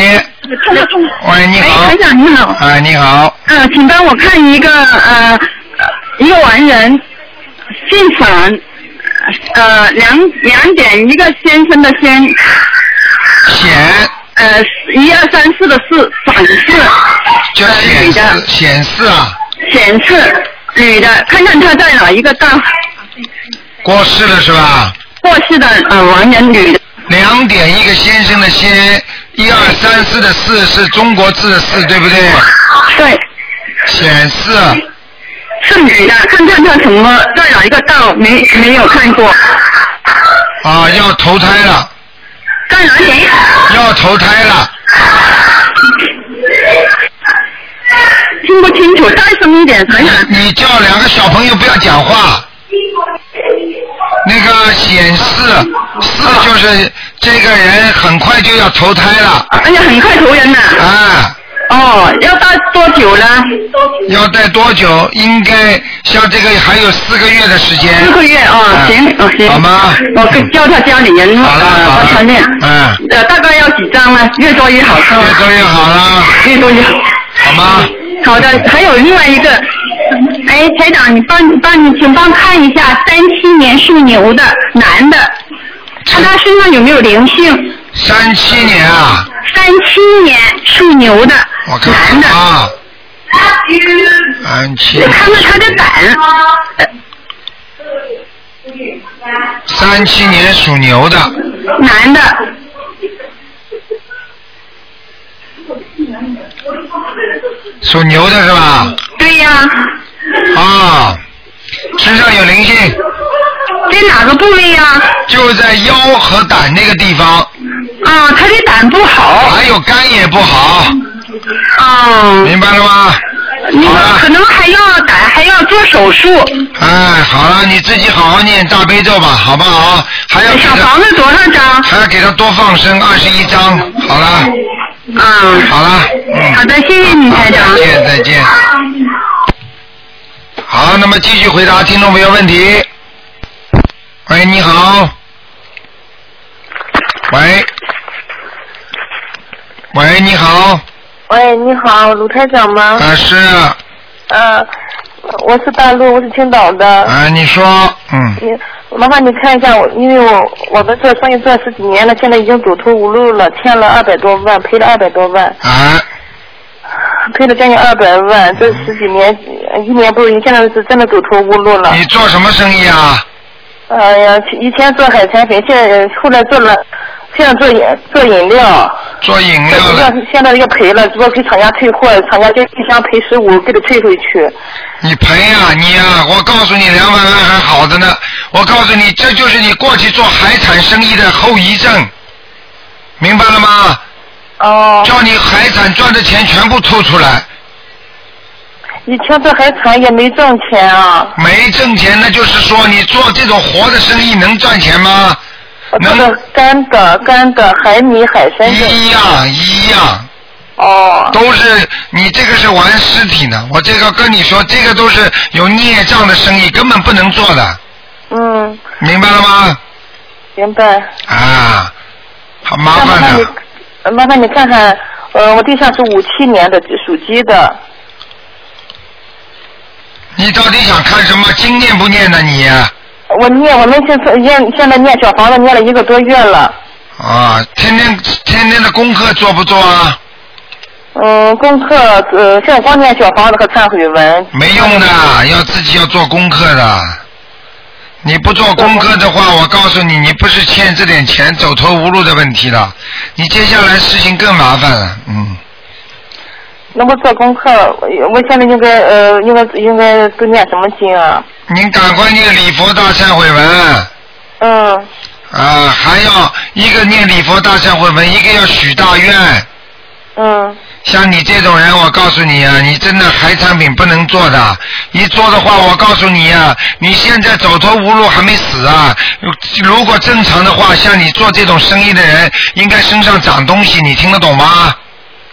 喂，你好。台长你好。哎，你好。嗯，请帮我看一个呃一个完人，姓沈，呃两两点一个先生的先，显，呃一二三四的四，沈氏，叫呃显示显示啊，显示女的，看看她在哪一个道过世了是吧？过世的呃完人女的，两点一个先生的先，一二三四的四是中国字的四，对不对？对。显示是女的，看看她怎么再有一个道没没有看过，啊，要投胎了。在哪里？要投胎了，听不清楚，大声一点，可以。你叫两个小朋友不要讲话。那个显示四就是这个人很快就要投胎了。哎呀，很快投人了。啊。哦，要待多久呢？要待多久？应该像这个还有四个月的时间。四个月啊，行啊行。好吗？我跟叫他家里人呃好了，我承认。嗯。呃，大概要几张呢？越多越好是吧？越多越好啦。越多越好。啊好吗？好的，还有另外一个，哎，台长，你帮帮你，请帮看一下，三七年属牛的男的，看他身上有没有灵性。三七年啊。三七年属牛的我看看啊，安琪，看看他的胆。三七年属牛的，男的，属牛的是吧？对呀、啊，身上有灵性。在哪个部位呀、就在腰和胆那个地方。啊，他的胆不好。还有肝也不好。啊。明白了吗？那个可能还要胆还要做手术。哎，好了，你自己好好念大悲咒吧，好不好？还要小房子多少张？还要给他多放生二十一张，好了。嗯。好了，嗯。好的，谢谢你，台长。再见，再见。好，那么继续回答听众朋友问题。喂，你好。喂。喂，你好，喂，你好，卢台长吗？啊是，啊、啊呃，我是大陆，我是青岛的。你说，嗯，你麻烦你看一下我，因为我我们做生意做了十几年了，现在已经走投无路了，欠了二百多万，赔了二百多万，啊，赔了将近二百万，这嗯十几年一年不如一，现在是真的走投无路了。你做什么生意啊？哎呀，以前做海产品，现在后来做了，现在做饮做饮料。做饮料了。现在要赔了，只不过给厂家退货，厂家就一箱赔十五，给他退回去。你赔呀、你呀、我告诉你，两百万还好的呢。我告诉你，这就是你过去做海产生意的后遗症，明白了吗？哦。叫你海产赚的钱全部吐出来，以前做海产也没挣钱啊。没挣钱，那就是说你做这种活的生意能赚钱吗？我做的干的、干的海米、海参的。一样一样。哦。都是你这个是玩尸体呢，我这个跟你说，这个都是有孽障的生意，根本不能做的，嗯，明白了吗？明白。啊，好麻烦嗯那麻烦的你。呃麻烦你看看，呃，我对象是五七年的，属鸡的。你到底想看什么？经念不念呢你？我念，我们现在念，现在念小房子念了一个多月了。啊，天天天天的功课做不做啊？嗯，功课呃，现在光念小房子和忏悔文。没用的，要自己要做功课的。你不做功课的话，我告诉你，你不是欠这点钱走投无路的问题了，你接下来事情更麻烦了。嗯，那么做功课，我我现在应该呃，应该应该都念什么经啊？您赶快念礼佛大忏悔文。嗯。啊，还要一个念礼佛大忏悔文，一个要许大愿。嗯。像你这种人，我告诉你啊，你真的海产品不能做的。一做的话，我告诉你啊，你现在走投无路还没死啊。如果正常的话，像你做这种生意的人，应该身上长东西，你听得懂吗？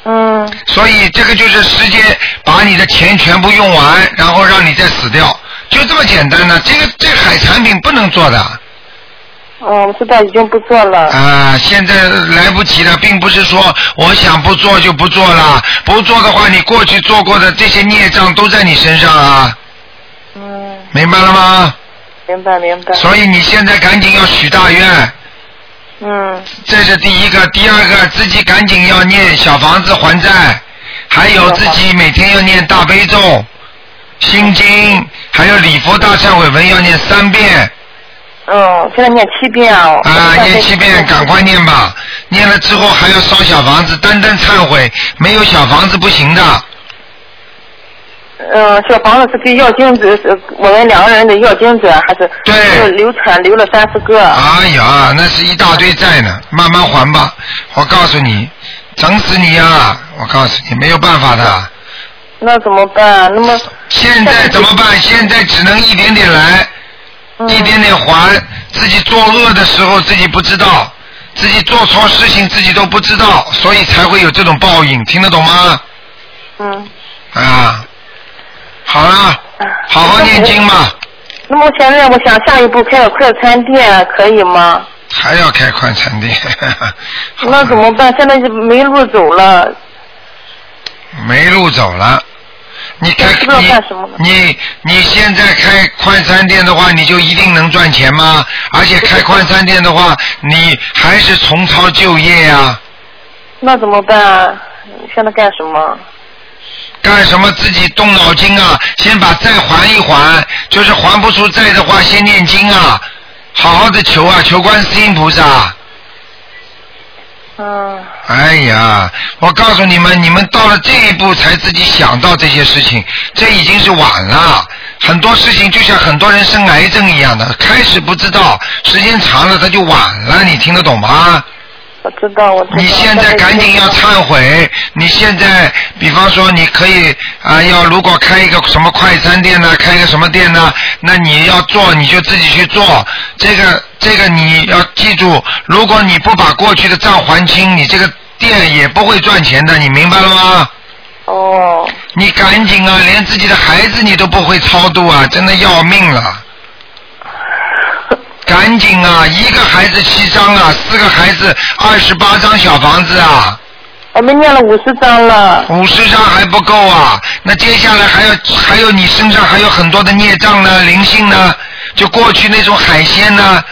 嗯。所以这个就是时间把你的钱全部用完，然后让你再死掉，就这么简单呢、这个这个海产品不能做的。嗯，我知道已经不做了。啊，现在来不及了，并不是说我想不做就不做了，不做的话，你过去做过的这些孽障都在你身上啊。嗯。明白了吗？明白明白。所以你现在赶紧要许大愿，嗯这是第一个，第二个自己赶紧要念小房子还债，还有自己每天要念大悲咒、心经，还有礼佛大忏悔文要念三遍，嗯，现在念七遍啊。啊，念七遍，赶快念吧。念了之后还要烧小房子，单单忏悔，没有小房子不行的。嗯，小房子是给要精子，是我们两个人的要精子还是？对。流产流了三四个。哎呀，那是一大堆债呢，慢慢还吧。我告诉你，整死你呀、我告诉你，没有办法的。那怎么办？那么现在怎么办？现在只能一点点来，一点点还。自己作恶的时候自己不知道，自己做错事情自己都不知道，所以才会有这种报应，听得懂吗？嗯。啊，好啦，好好念经吧，那么现在我想下一步开个快餐店，啊可以吗？还要开快餐店， 那怎么办？现在就没路走了，没路走了。你开不知道干什么了。你你现在开快餐店的话，你就一定能赚钱吗？而且开快餐店的话，你还是重操旧业啊呀、那怎么办啊？现在干什么？干什么自己动脑筋啊？先把债还一还，就是还不出债的话，先念经啊，好好的求啊，求观世音菩萨。嗯。哎呀，我告诉你们，你们到了这一步才自己想到这些事情，这已经是晚了。很多事情就像很多人生癌症一样的，开始不知道，时间长了他就晚了，你听得懂吗？我知道，我知道。你现在赶紧要忏悔，你现在，比方说你可以啊、要如果开一个什么快餐店呢、开一个什么店呢，那你要做你就自己去做，这个这个你要记住，如果你不把过去的账还清，你这个店也不会赚钱的，你明白了吗？哦。你赶紧啊，连自己的孩子你都不会超度啊，真的要命了。赶紧啊！一个孩子七张啊，四个孩子二十八张小房子啊。我们念了五十张了。五十张还不够啊！那接下来还有还有你身上还有很多的孽障呢，灵性呢，就过去那种海鲜呢。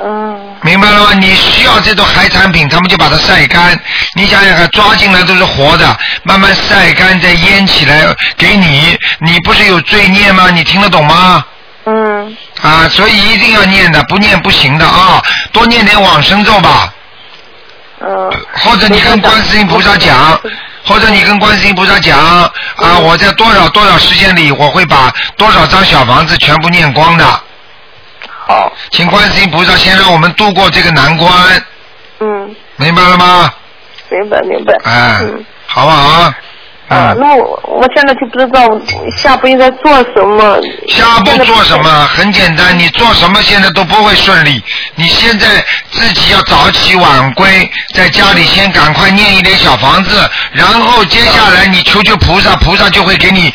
嗯。明白了吗？你需要这种海产品，他们就把它晒干。你想想看，抓进来都是活的，慢慢晒干再腌起来给你，你不是有罪孽吗？你听得懂吗？嗯。啊，所以一定要念的，不念不行的啊！多念点往生咒吧。嗯。或者你跟观世音菩萨讲，或者你跟观世音菩萨讲啊，我在多少多少时间里，我会把多少张小房子全部念光的。好。请观世音菩萨先让我们度过这个难关，嗯，明白了吗？明白明白。哎嗯。好不好？嗯啊，那我我现在就不知道下步应该做什么。下步做什么？很简单，你做什么现在都不会顺利。你现在自己要早起晚归，在家里先赶快念一点小房子，然后接下来你求求菩萨，菩萨就会给你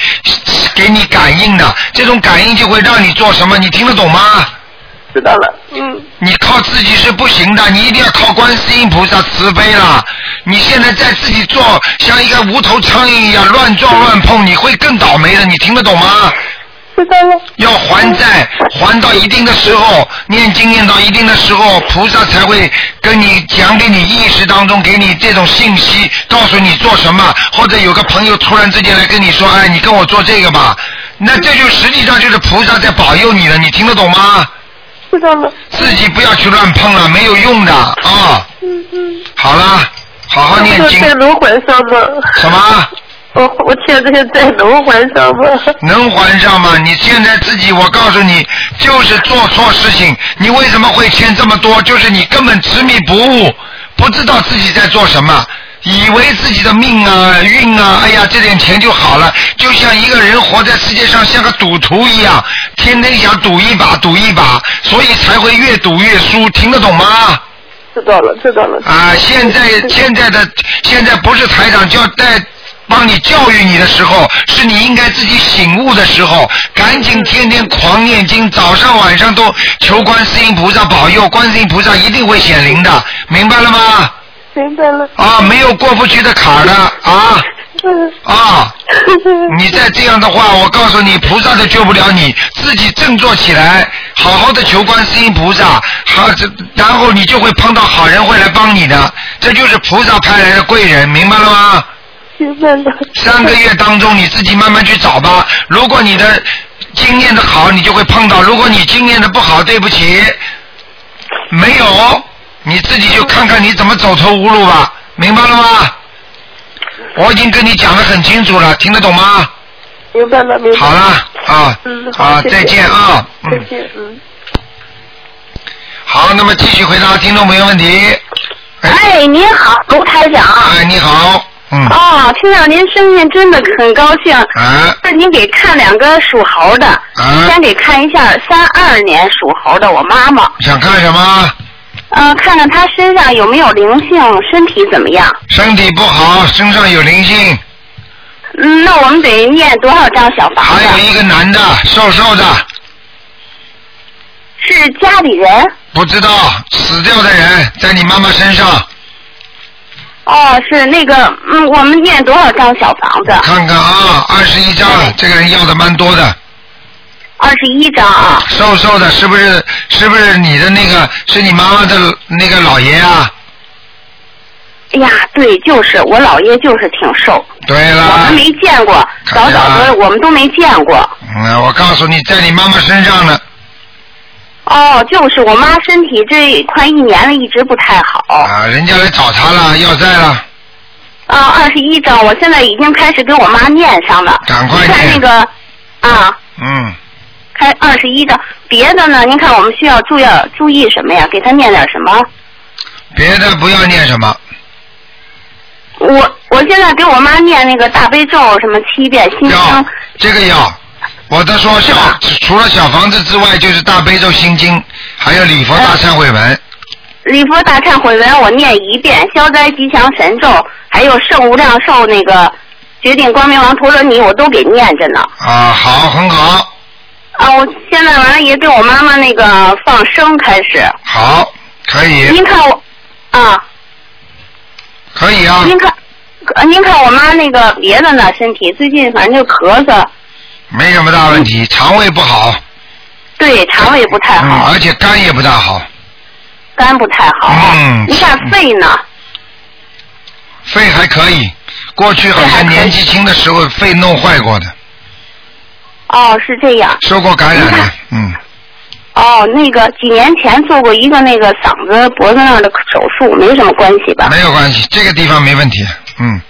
给你感应的。这种感应就会让你做什么，你听得懂吗？知道了。嗯。你靠自己是不行的，你一定要靠观世音菩萨慈悲啦。你现在在自己做，像一个无头苍蝇一样乱撞乱碰，你会更倒霉的。你听得懂吗？知道了。要还债，还到一定的时候，念经念到一定的时候，菩萨才会跟你讲给你意识当中给你这种信息，告诉你做什么，或者有个朋友突然之间来跟你说，哎，你跟我做这个吧，那这就实际上就是菩萨在保佑你了，你听得懂吗？知道了。自己不要去乱碰了，没有用的啊、嗯嗯。好了，好好念就经。在轮还上吧。什么？我我欠这些债能还上吗？能还上吗？你现在自己，我告诉你，就是做错事情。你为什么会欠这么多？就是你根本执迷不悟，不知道自己在做什么，以为自己的命啊、运啊，哎呀，这点钱就好了，就像一个人活在世界上像个赌徒一样，天天想赌一把、赌一把，所以才会越赌越输。听得懂吗？知道了，知道了。啊，现在现在的现在不是台长就要在帮你教育你的时候，是你应该自己醒悟的时候，赶紧天天狂念经，早上晚上都求观世音菩萨保佑，观世音菩萨一定会显灵的，明白了吗？明白了。啊，没有过不去的坎儿的啊啊！你再这样的话，我告诉你，菩萨都救不了你，自己振作起来，好好的求观世音菩萨，好，这然后你就会碰到好人会来帮你的，这就是菩萨派来的贵人，明白了吗？兴奋的。三个月当中你自己慢慢去找吧。如果你的经验的好，你就会碰到；如果你经验的不好，对不起，没有，你自己就看看你怎么走投无路吧，明白了吗？我已经跟你讲的很清楚了，听得懂吗？明白了，明白了。好了啊，嗯，啊，谢谢再见啊，嗯。再见，嗯。好，那么继续回答听众朋友问题。哎，您好，卢台长。啊哎，你好。嗯。哦，听到您声音真的很高兴。啊。那您给看两个属猴的。啊先给看一下三二年属猴的我妈妈，想看什么？嗯、看看她身上有没有灵性，身体怎么样？身体不好，身上有灵性，嗯，那我们得念多少张小房子？还有一个男的，瘦瘦的，是家里人？不知道死掉的人在你妈妈身上，哦，是那个，嗯，我们念多少张小房子？看看啊，二十一张，嗯这个人要的蛮多的。二十一张啊。瘦瘦的，是不是？是不是你的那个？是你妈妈的那个姥爷啊？哎呀，对，就是我姥爷就是挺瘦，对啊我啦们，没见过，早早的我们都没见过。嗯，我告诉你，在你妈妈身上呢。哦，就是我妈身体这快一年了，一直不太好。啊，人家来找他了，要债了，啊，二十一张，我现在已经开始给我妈念上了。赶快看那念。个啊，嗯，开二十一张，别的呢？您看我们需要注意注意什么呀？给她念点什么？别的不要念什么。我我现在给我妈念那个大悲咒什么七遍心经，这个要，我都说小除了小房子之外，就是大悲咒心经，还有礼佛大忏悔文。礼佛大忏悔文我念一遍，消灾吉祥神咒，还有圣无量寿那个决定光明王陀罗尼，我都给念着呢。啊，好，很好，啊，我现在完了也给我妈妈那个放生开始。好，可以您，看我啊，可以啊。您看。呃您看我妈那个别的呢，身体最近反正就咳嗽，没什么大问题，肠胃不好，对肠胃不太嗯好，，而且肝也不大好，肝不太好。嗯您看肺呢？肺还可以。过去好像年纪轻的时候肺弄坏过的，哦，是这样。受过感染的，嗯，哦，那个几年前做过一个那个嗓子脖子那儿的手术，没什么关系吧？没有关系，这个地方没问题，嗯，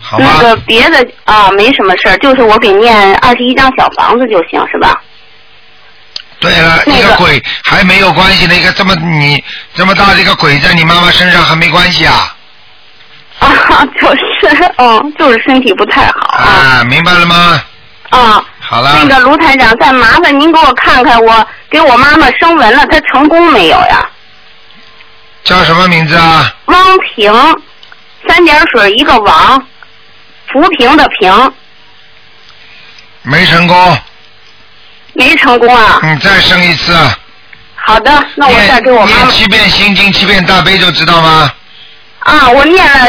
好吧那，个别的啊，没什么事儿，就是我给念二十一张小房子就行，是吧？ 对了，一个鬼还没有关系的一个这么你这么大的一个鬼在你妈妈身上还没关系啊？啊，就是，嗯，就是身体不太好啊，明白了吗？啊。好了，那个卢台长，再麻烦您给我看看我，给我妈妈升文了，她成功没有呀？叫什么名字啊？汪平，三点水一个王，浮萍的萍，没成啊功，没成功啊。嗯，再生一次。好的，那我再给我妈念妈七遍心经，七遍大悲咒，知道吗？啊，我念了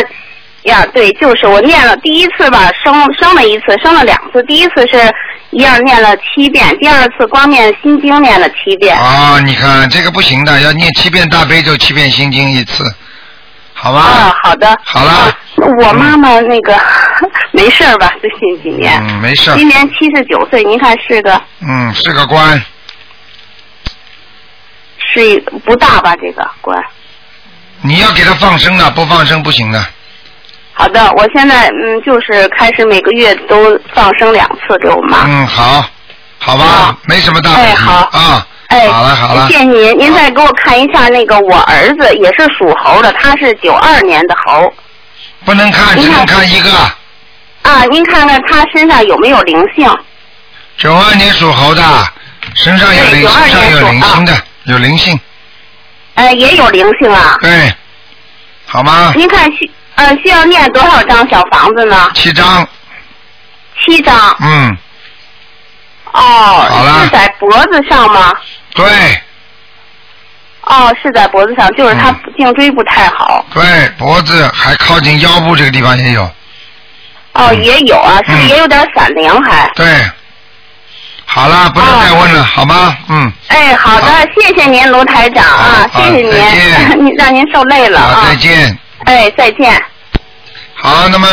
呀，对，就是我念了第一次吧，生生了一次，生了两次。第一次是一样念了七遍，第二次光念心经念了七遍。啊、你看这个不行的，要念七遍大悲咒，七遍心经一次，好吧？啊，好的。好了，嗯我妈妈那个 没事儿吧？最近几年，嗯，没事儿，今年七十九岁，您看是个嗯，是个官，是一不大吧？这个官。你要给他放生的，不放生不行的，好的，我现在嗯，就是开始每个月都放生两次给我妈。嗯，好，好吧，没什么大问题、哎好啊，哎，好了好了谢谢您，您再给我看一下那个我儿子也是属猴的，他是九二年的猴不能看，只能看一嗯个，啊，您看看他身上有没有灵性？九二年属猴的，身上有对灵，身92上年有属灵性的，有灵性，呃，也有灵性啊。对，好吗？ 您看需呃需要念多少张小房子呢？七张，七张。嗯，好哦，了是在脖子上吗？对哦，是在脖子上，就是他嗯颈椎不太好。对，脖子还靠近腰部这个地方也有，哦，也有啊，是不是也有点闪灵还？对，好了，不能再问啊了，好吗？嗯，哎，好的，谢谢您，卢台长 啊，谢谢您，您让您受累了好，再啊，见。哎，再见。好，那么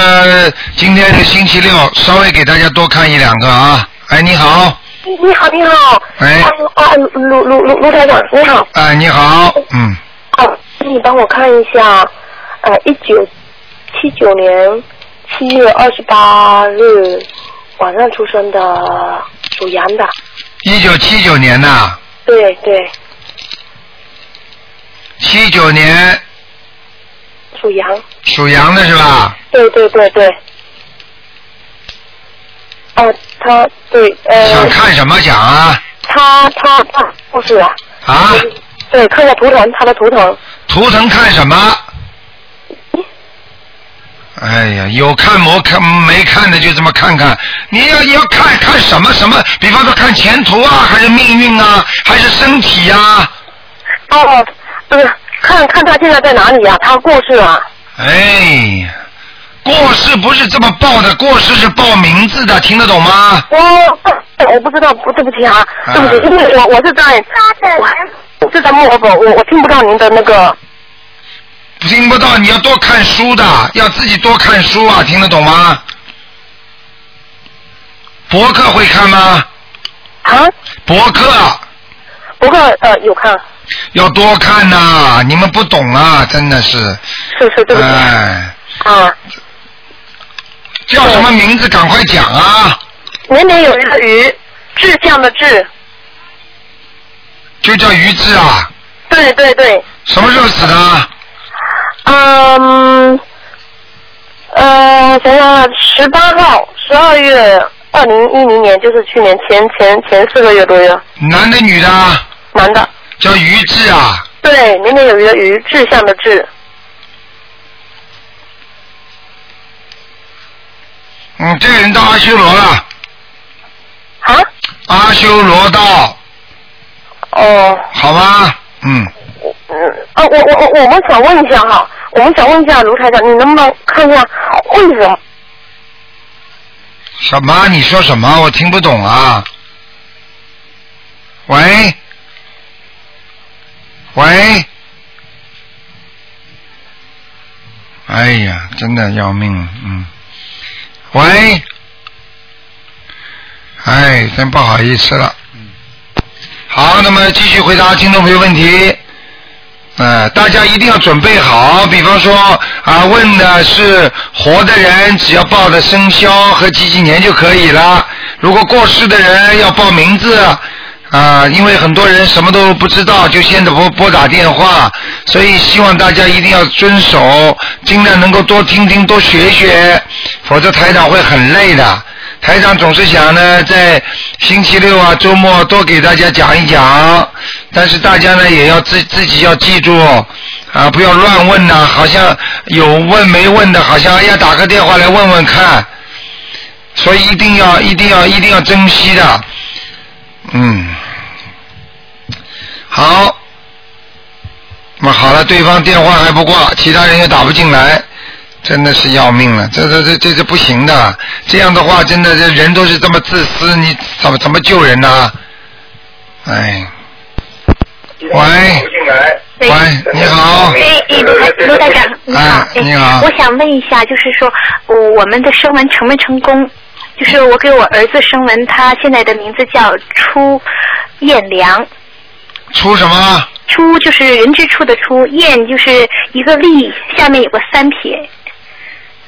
今天是星期六，稍微给大家多看一两个啊。哎，你好，你你好，你好。哎啊啊，卢卢卢卢台长，你好。哎，你好，嗯，啊，你帮我看一下，呃，一九七九年七月二十八日晚上出生的，属羊的。一九七九年呐，对对，七九年属羊。属羊的是吧？对对对对。哦，他对呃。想看什么讲啊？他他他不是啊，啊，对，看一下图腾，他的图腾。图腾看什么？哎呀，有看没看没看的就这么看看。你要你要看看什么什么？比方说看前途啊，还是命运啊，还是身体啊呀、哦，对，看看他现在在哪里呀、他过世啊了。哎呀，过世不是这么报的，过世是报名字的，听得懂吗？哦，我不知道，不对不起啊，对不起，因为我我是在我是在墨尔本，我我听不到您的那个。听不到，你要多看书的，要自己多看书啊，听得懂吗？博客会看吗？啊？博客。博客呃有看。要多看呐、你们不懂啊，真的是。是是，对不起。哎，啊，叫什么名字？赶快讲啊！年年有余的余，志向的志。就叫于志啊。对对对。什么时候死的？嗯，呃，想想啊，十八号，十二月二零一零年，就是去年前前前四个月左右。男的女的？男的。叫于志啊，对，年年有余的余，志向的志。嗯，这个人到阿修罗了。啊？阿修罗道。哦。好吧，嗯。啊，我我我我们想问一下哈，我们想问一下卢台长，你能不能看一下为什么？什么？你说什么？我听不懂啊。喂，喂，哎呀，真的要命了，嗯。喂，哎，真不好意思了。嗯。好，那么继续回答听众朋友问题。呃，大家一定要准备好，比方说啊，问的是活的人，只要报的生肖和几几年就可以了。如果过世的人要报名字，啊，因为很多人什么都不知道，就先得拨拨打电话，所以希望大家一定要遵守，尽量能够多听听，多学学，否则台长会很累的。台长总是想呢，在星期六啊、周末多给大家讲一讲，但是大家呢也要自自己要记住啊，不要乱问呐、好像有问没问的，好像哎呀打个电话来问问看，所以一定要一定要一定要珍惜的，嗯，好，那么好了，对方电话还不挂，其他人也打不进来。真的是要命了，这这这这这不行的，这样的话，真的这人都是这么自私，你怎么怎么救人呢、哎，喂，喂，你好，哎，哎卢卢台长，你好，哎，哦你好我想问一下，就是说，我我们的声纹成没成功？就是我给我儿子声纹，他现在的名字叫初彦良。出什么？初就是人之初的初，彦就是一个立，下面有个三撇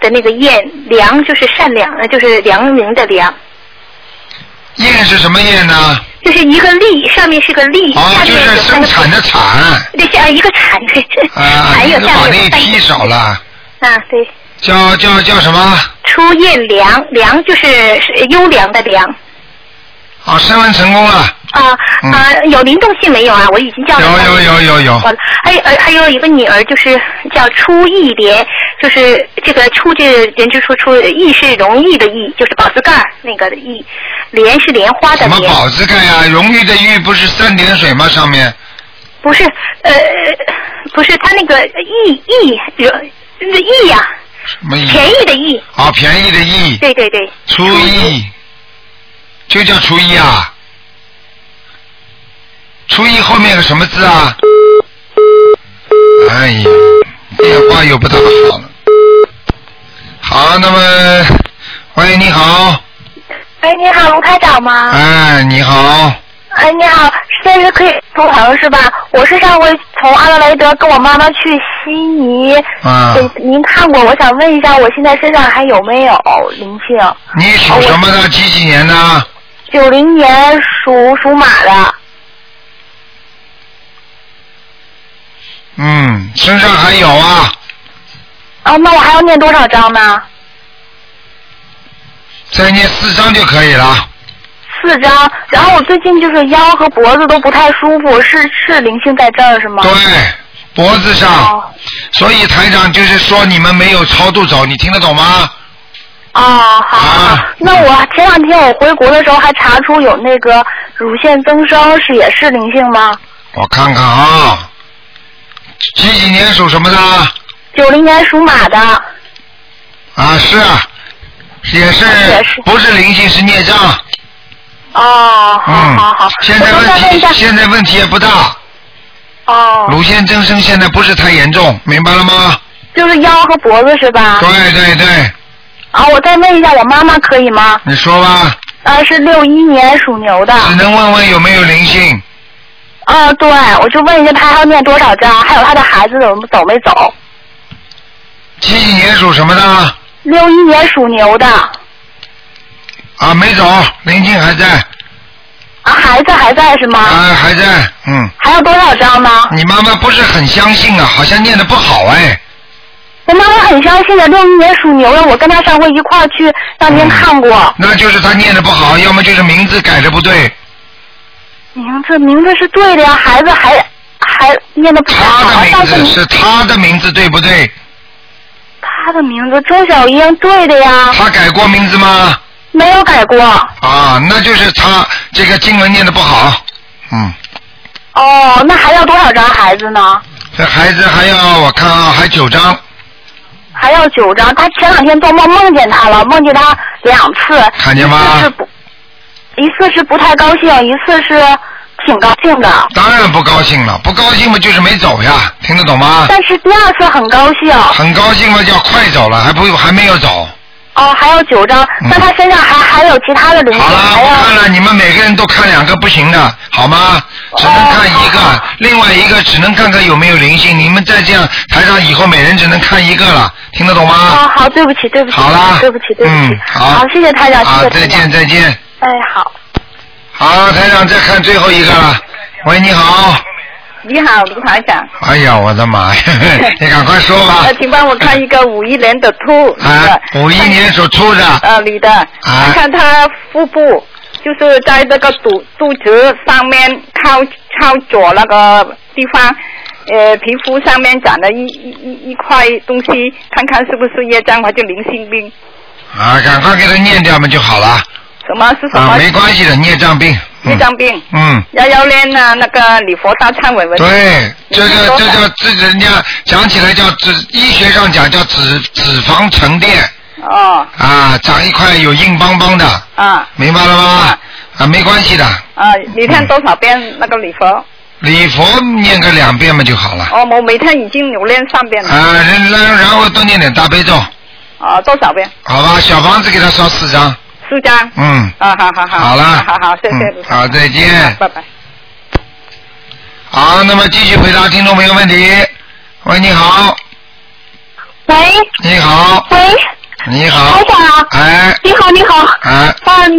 的那个彦，良就是善良，呃就是良民的良，燕是什么燕呢？就是一个立，上面是个立，哦，下就面有是生三个产的产，对，下一个 产对，啊，还你有就下把面那有一三批个少了，啊，对。叫叫叫什么？初验良，良就是是优良的良啊，升温成功了，啊啊、嗯有灵动性没有啊？我已经叫了。有有有有有好了还有呃还有一个女儿就是叫初易莲，就是这个初这人之初初易是容易的易，就是宝字盖儿那个易，莲是莲花什的么莲。宝字盖呀？荣誉的誉不是三点水吗？上面不是呃不是他那个易易易易呀，什么意？便宜的易。啊，便宜的宜。对对对。初一，就叫初一啊。初一后面有个什么字啊？哎呀，电话又不大好了。好，那么，喂，你好，哎，你好，卢台长吗？哎，你好，哎，你好，现在是可以同行是吧？我是上回从阿德雷德跟我妈妈去悉尼，啊给您看过，我想问一下，我现在身上还有没有灵性？你属什么的？几几年的？九零年属属马的，嗯，身上还有啊，啊，那我还要念多少章呢？再念四张就可以了。四张。然后我最近就是腰和脖子都不太舒服，是是灵性在这儿是吗？哦对，啊脖子上，所以台长就是说你们没有超度走，你听得懂吗？哦，好。啊那我前两天我回国的时候还查出有那个乳腺增生，是也是灵性吗？我看看啊，几几年属什么的？九零年属马的，啊，是啊，也是，不是灵性是孽障。哦，好好好。嗯现在问题现在问题也不大。哦。乳腺增生现在不是太严重，明白了吗？就是腰和脖子是吧？对对对，啊，我再问一下我妈妈可以吗？你说吧，啊，是六一年属牛的。只能问问有没有灵性。啊，对，我就问一下她还要念多少章，还有她的孩子怎么走没走？几几年属什么的？六一年属牛的，啊，啊，没走，灵性还在，孩子还在是吗？啊，还在，嗯。还有多少章呢？你妈妈不是很相信啊，好像念的不好哎。我妈妈很相信的，六一年属牛的，我跟她上回一块儿去让嗯您看过。那就是她念的不好，要么就是名字改的不对。名字名字是对的呀，孩子还还念的不好。啊她的名上次字您是她的名字对不对？他的名字周小英，对的呀。她改过名字吗？没有改过。啊，那就是她这个经文念的不好。嗯哦，那还要多少张孩子呢？这孩子还要我看啊，还九张。还要九张。他前两天做梦梦见他了，梦见他两次。看见吗一次是不，一次是不太高兴，一次是挺高兴的。当然不高兴了，不高兴嘛就是没走呀，听得懂吗？但是第二次很高兴。很高兴嘛叫快走了，还不还没有走。哦，还有九张，那他身上还还有其他的灵嗯性，哎还要看嗯了，你们每个人都看两个不行的，好吗？只能看一个，另外一个只能看看有没有灵性。你们再这样，台上以后每人只能看一个了，听得懂吗？嗯哦，好，对不起，对不起，好啦对不起，对不起嗯，，好好，，谢谢台长，谢好谢，台再长见，再见。哎，好。好，台长再看最后一个了。嗯喂，你好。你好，卢台长。哎呀，我的 妈呀！你赶快说吧呃，。请帮我看一个五一年的兔。啊，五一年啊所出的。呃，女的，看看她腹部，就是在这个肚肚子上面靠靠左那个地方，呃，皮肤上面长了一一一一块东西，看看是不是业障或者灵性病？啊，赶快给他念掉嘛就好了。什么是什么？啊，没关系的，孽障病。嗯业障病。嗯。幺幺年呢，那个礼佛大忏悔文。对，这你个说这吧叫这人家讲起来叫脂，医学上讲叫脂脂肪沉淀哦，啊，长一块有硬邦邦的，啊明白了吗？啊，没关系的，啊，你看多少遍那个礼佛？嗯礼佛念个两遍嘛就好了。哦，我每天已经有练上遍了。啊，然然然后多念点大悲咒，啊，多少遍？好吧？小房子给他烧四张，四张。嗯，啊，好好好。好了好好，谢谢。嗯，好，再见。拜拜。好，那么继续回答听众朋友问题。喂，你好，喂，你好，喂，你好台，长，哎，你好，你好，哎，啊，你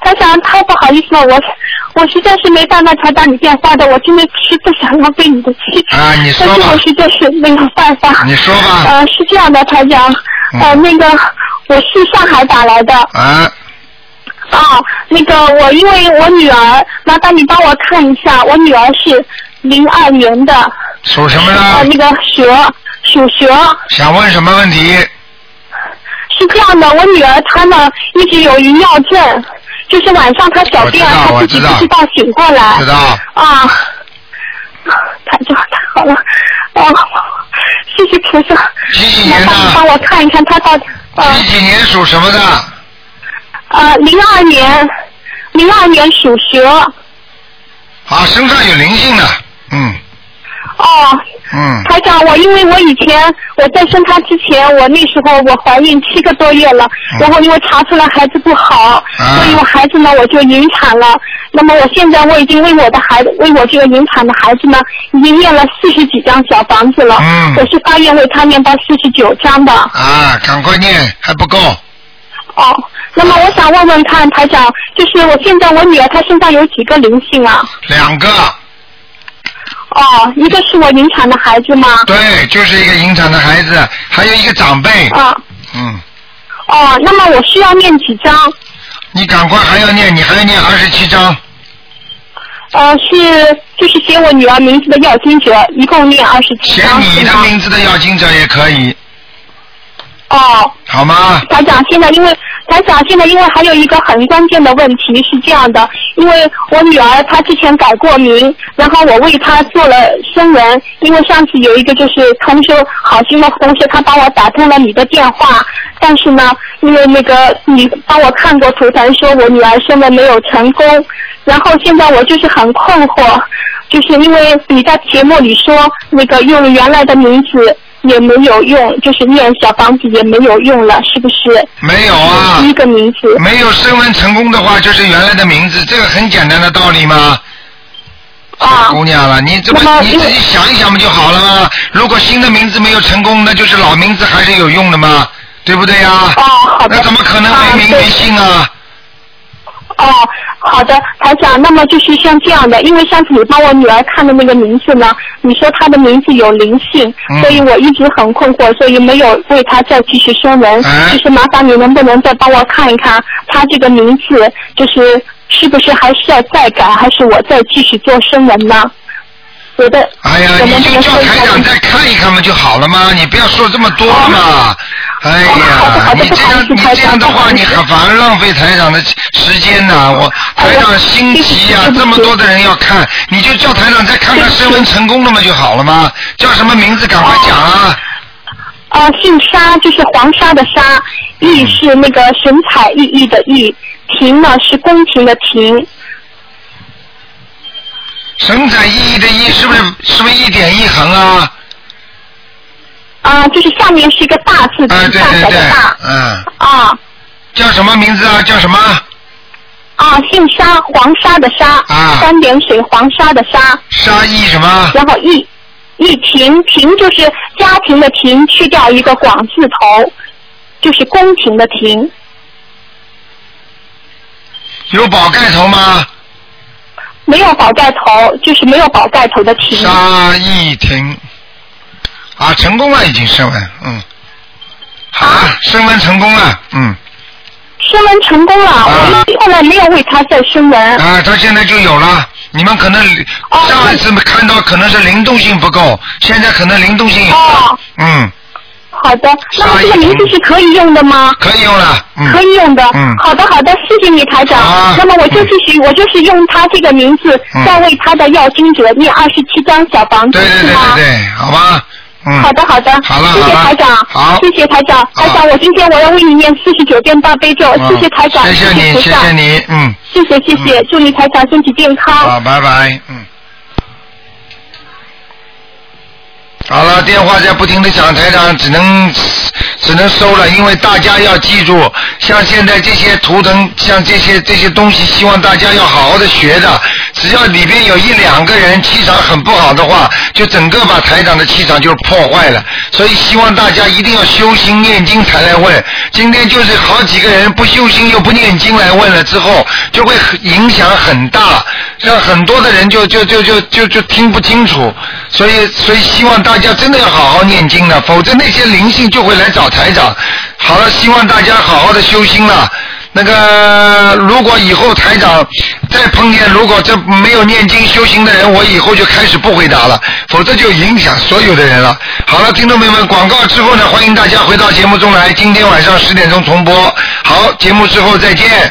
台长，太不好意思了，我我实在是没办法才打你电话的，我真的是不想浪费你的气，啊，你说但是吧我，实在是没有办法。你说吧嗯呃，是这样的，台长，呃，那个我是上海打来的，啊，啊，那个我因为我女儿，麻烦你帮我看一下，我女儿是零二年的，属什么呃，呢？那个蛇，属蛇。想问什么问题？是这样的，我女儿她呢一直有遗尿症，就是晚上她小便她我自知己道不知道醒过来。知道。啊，太就太好了，啊，谢谢菩萨。几几年的？帮我看一看她到底几几年属什么的？呃零二年，零二年属蛇。哦啊，身上有灵性的，嗯，哦，嗯，台长，我因为我以前我在生他之前，我那时候我怀孕七个多月了，然后因为查出来孩子不好，所以我孩子呢我就引产了。那么我现在我已经为我的孩子，为我这个引产的孩子呢，已经念了四十几张小房子了。嗯我是发愿为他念到四十九张的。啊，赶快念，还不够。哦，那么我想问问看，台长，就是我现在我女儿她身上有几个灵性啊？两个，哦，一个是我引产的孩子吗？对，就是一个引产的孩子，还有一个长辈。啊。嗯，哦，那么我需要念几张？你赶快还要念，你还要念二十七章。呃，是就是写我女儿名字的要经者，一共念二十七张。你的名字的要经者也可以，哦，好吗？台长，现在因为台长现在因为还有一个很关键的问题是这样的，因为我女儿她之前改过名，然后我为她做了声纹，因为上次有一个就是同修好心的同学，他帮我打通了你的电话，但是呢，因为那个你帮我看过图腾，说我女儿声纹没有成功，然后现在我就是很困惑，就是因为你在节目里说那个用原来的名字。也没有用，就是念小房子也没有用了，是不是？没有啊。第一个名字。没有升温成功的话，就是原来的名字，这个很简单的道理嘛。啊。姑娘了，你这么你自己想一想不就好了吗？如果新的名字没有成功，那就是老名字还是有用的嘛，对不对呀？哦，那怎么可能没名没姓啊？哦，好的，台长。那么就是像这样的，因为上次你帮我女儿看的那个名字呢，你说她的名字有灵性，嗯所以我一直很困惑，所以没有为她再继续说文。哎就是麻烦你能不能再帮我看一看，她这个名字就是是不是还需要再改，还是我再继续做声纹呢？我的，哎呀，你就叫台长再看一看嘛就好了嘛，你不要说这么多嘛。哎呀，你这样你这样的话，你很反而浪费台长的时间呐、我台长心急呀、这么多的人要看，你就叫台长再看看升温成功了嘛就好了嘛。叫什么名字？赶快讲啊！呃，姓沙就是黄沙的沙，嗯熠是那个神采奕奕的奕，亭呢是宫廷的亭。神采奕奕的奕是不是是不是一点一横啊？啊、就是下面是一个大字，啊，对对对，嗯。啊。叫什么名字啊？叫什么？啊，姓沙，黄沙的沙，啊三点水黄沙的沙。沙溢什么？然后一，一亭，亭就是家庭的庭，去掉一个广字头，就是宫廷的廷。有宝盖头吗？没有宝盖头，就是没有宝盖头的廷。沙溢亭。啊，成功了，已经升温，嗯。啊，升温成功了，嗯。升温成功了，我们后来没有为他再升温。啊，他现在就有了。你们可能哦上一次看到可能是灵动性不够，现在可能灵动性哦有了，嗯，好的，那么这个名字是可以用的吗？可以用了，嗯可以用的。嗯啊好的，好的，谢谢你台长。那么我就继续，我就是用他这个名字，嗯再为他的要经者念二十七张小房子，是吗？对，好吧，嗯。好的，好的，好了谢谢好了台长，好谢谢台长，台长，我今天我要为你念四十九遍大悲咒，嗯谢谢台长，谢谢你，菩谢萨谢，你，嗯，谢谢谢谢，祝你台长身体健康。好，拜拜，嗯。好了，电话在不停的响，台长只能只能收了，因为大家要记住，像现在这些图腾，像这些这些东西，希望大家要好好的学的。只要里边有一两个人气场很不好的话，就整个把台长的气场就破坏了。所以希望大家一定要修心念经才来问。今天就是好几个人不修心又不念经来问了之后，就会很影响很大，让很多的人就就就就就就听不清楚。所以所以希望大家真的要好好念经了，否则那些灵性就会来找台长。好了，希望大家好好的修心了。那个，如果以后台长再碰见如果这没有念经修行的人，我以后就开始不回答了，否则就影响所有的人了。好了，听众朋友们，广告之后呢，欢迎大家回到节目中来，今天晚上十点钟重播。好，节目之后再见。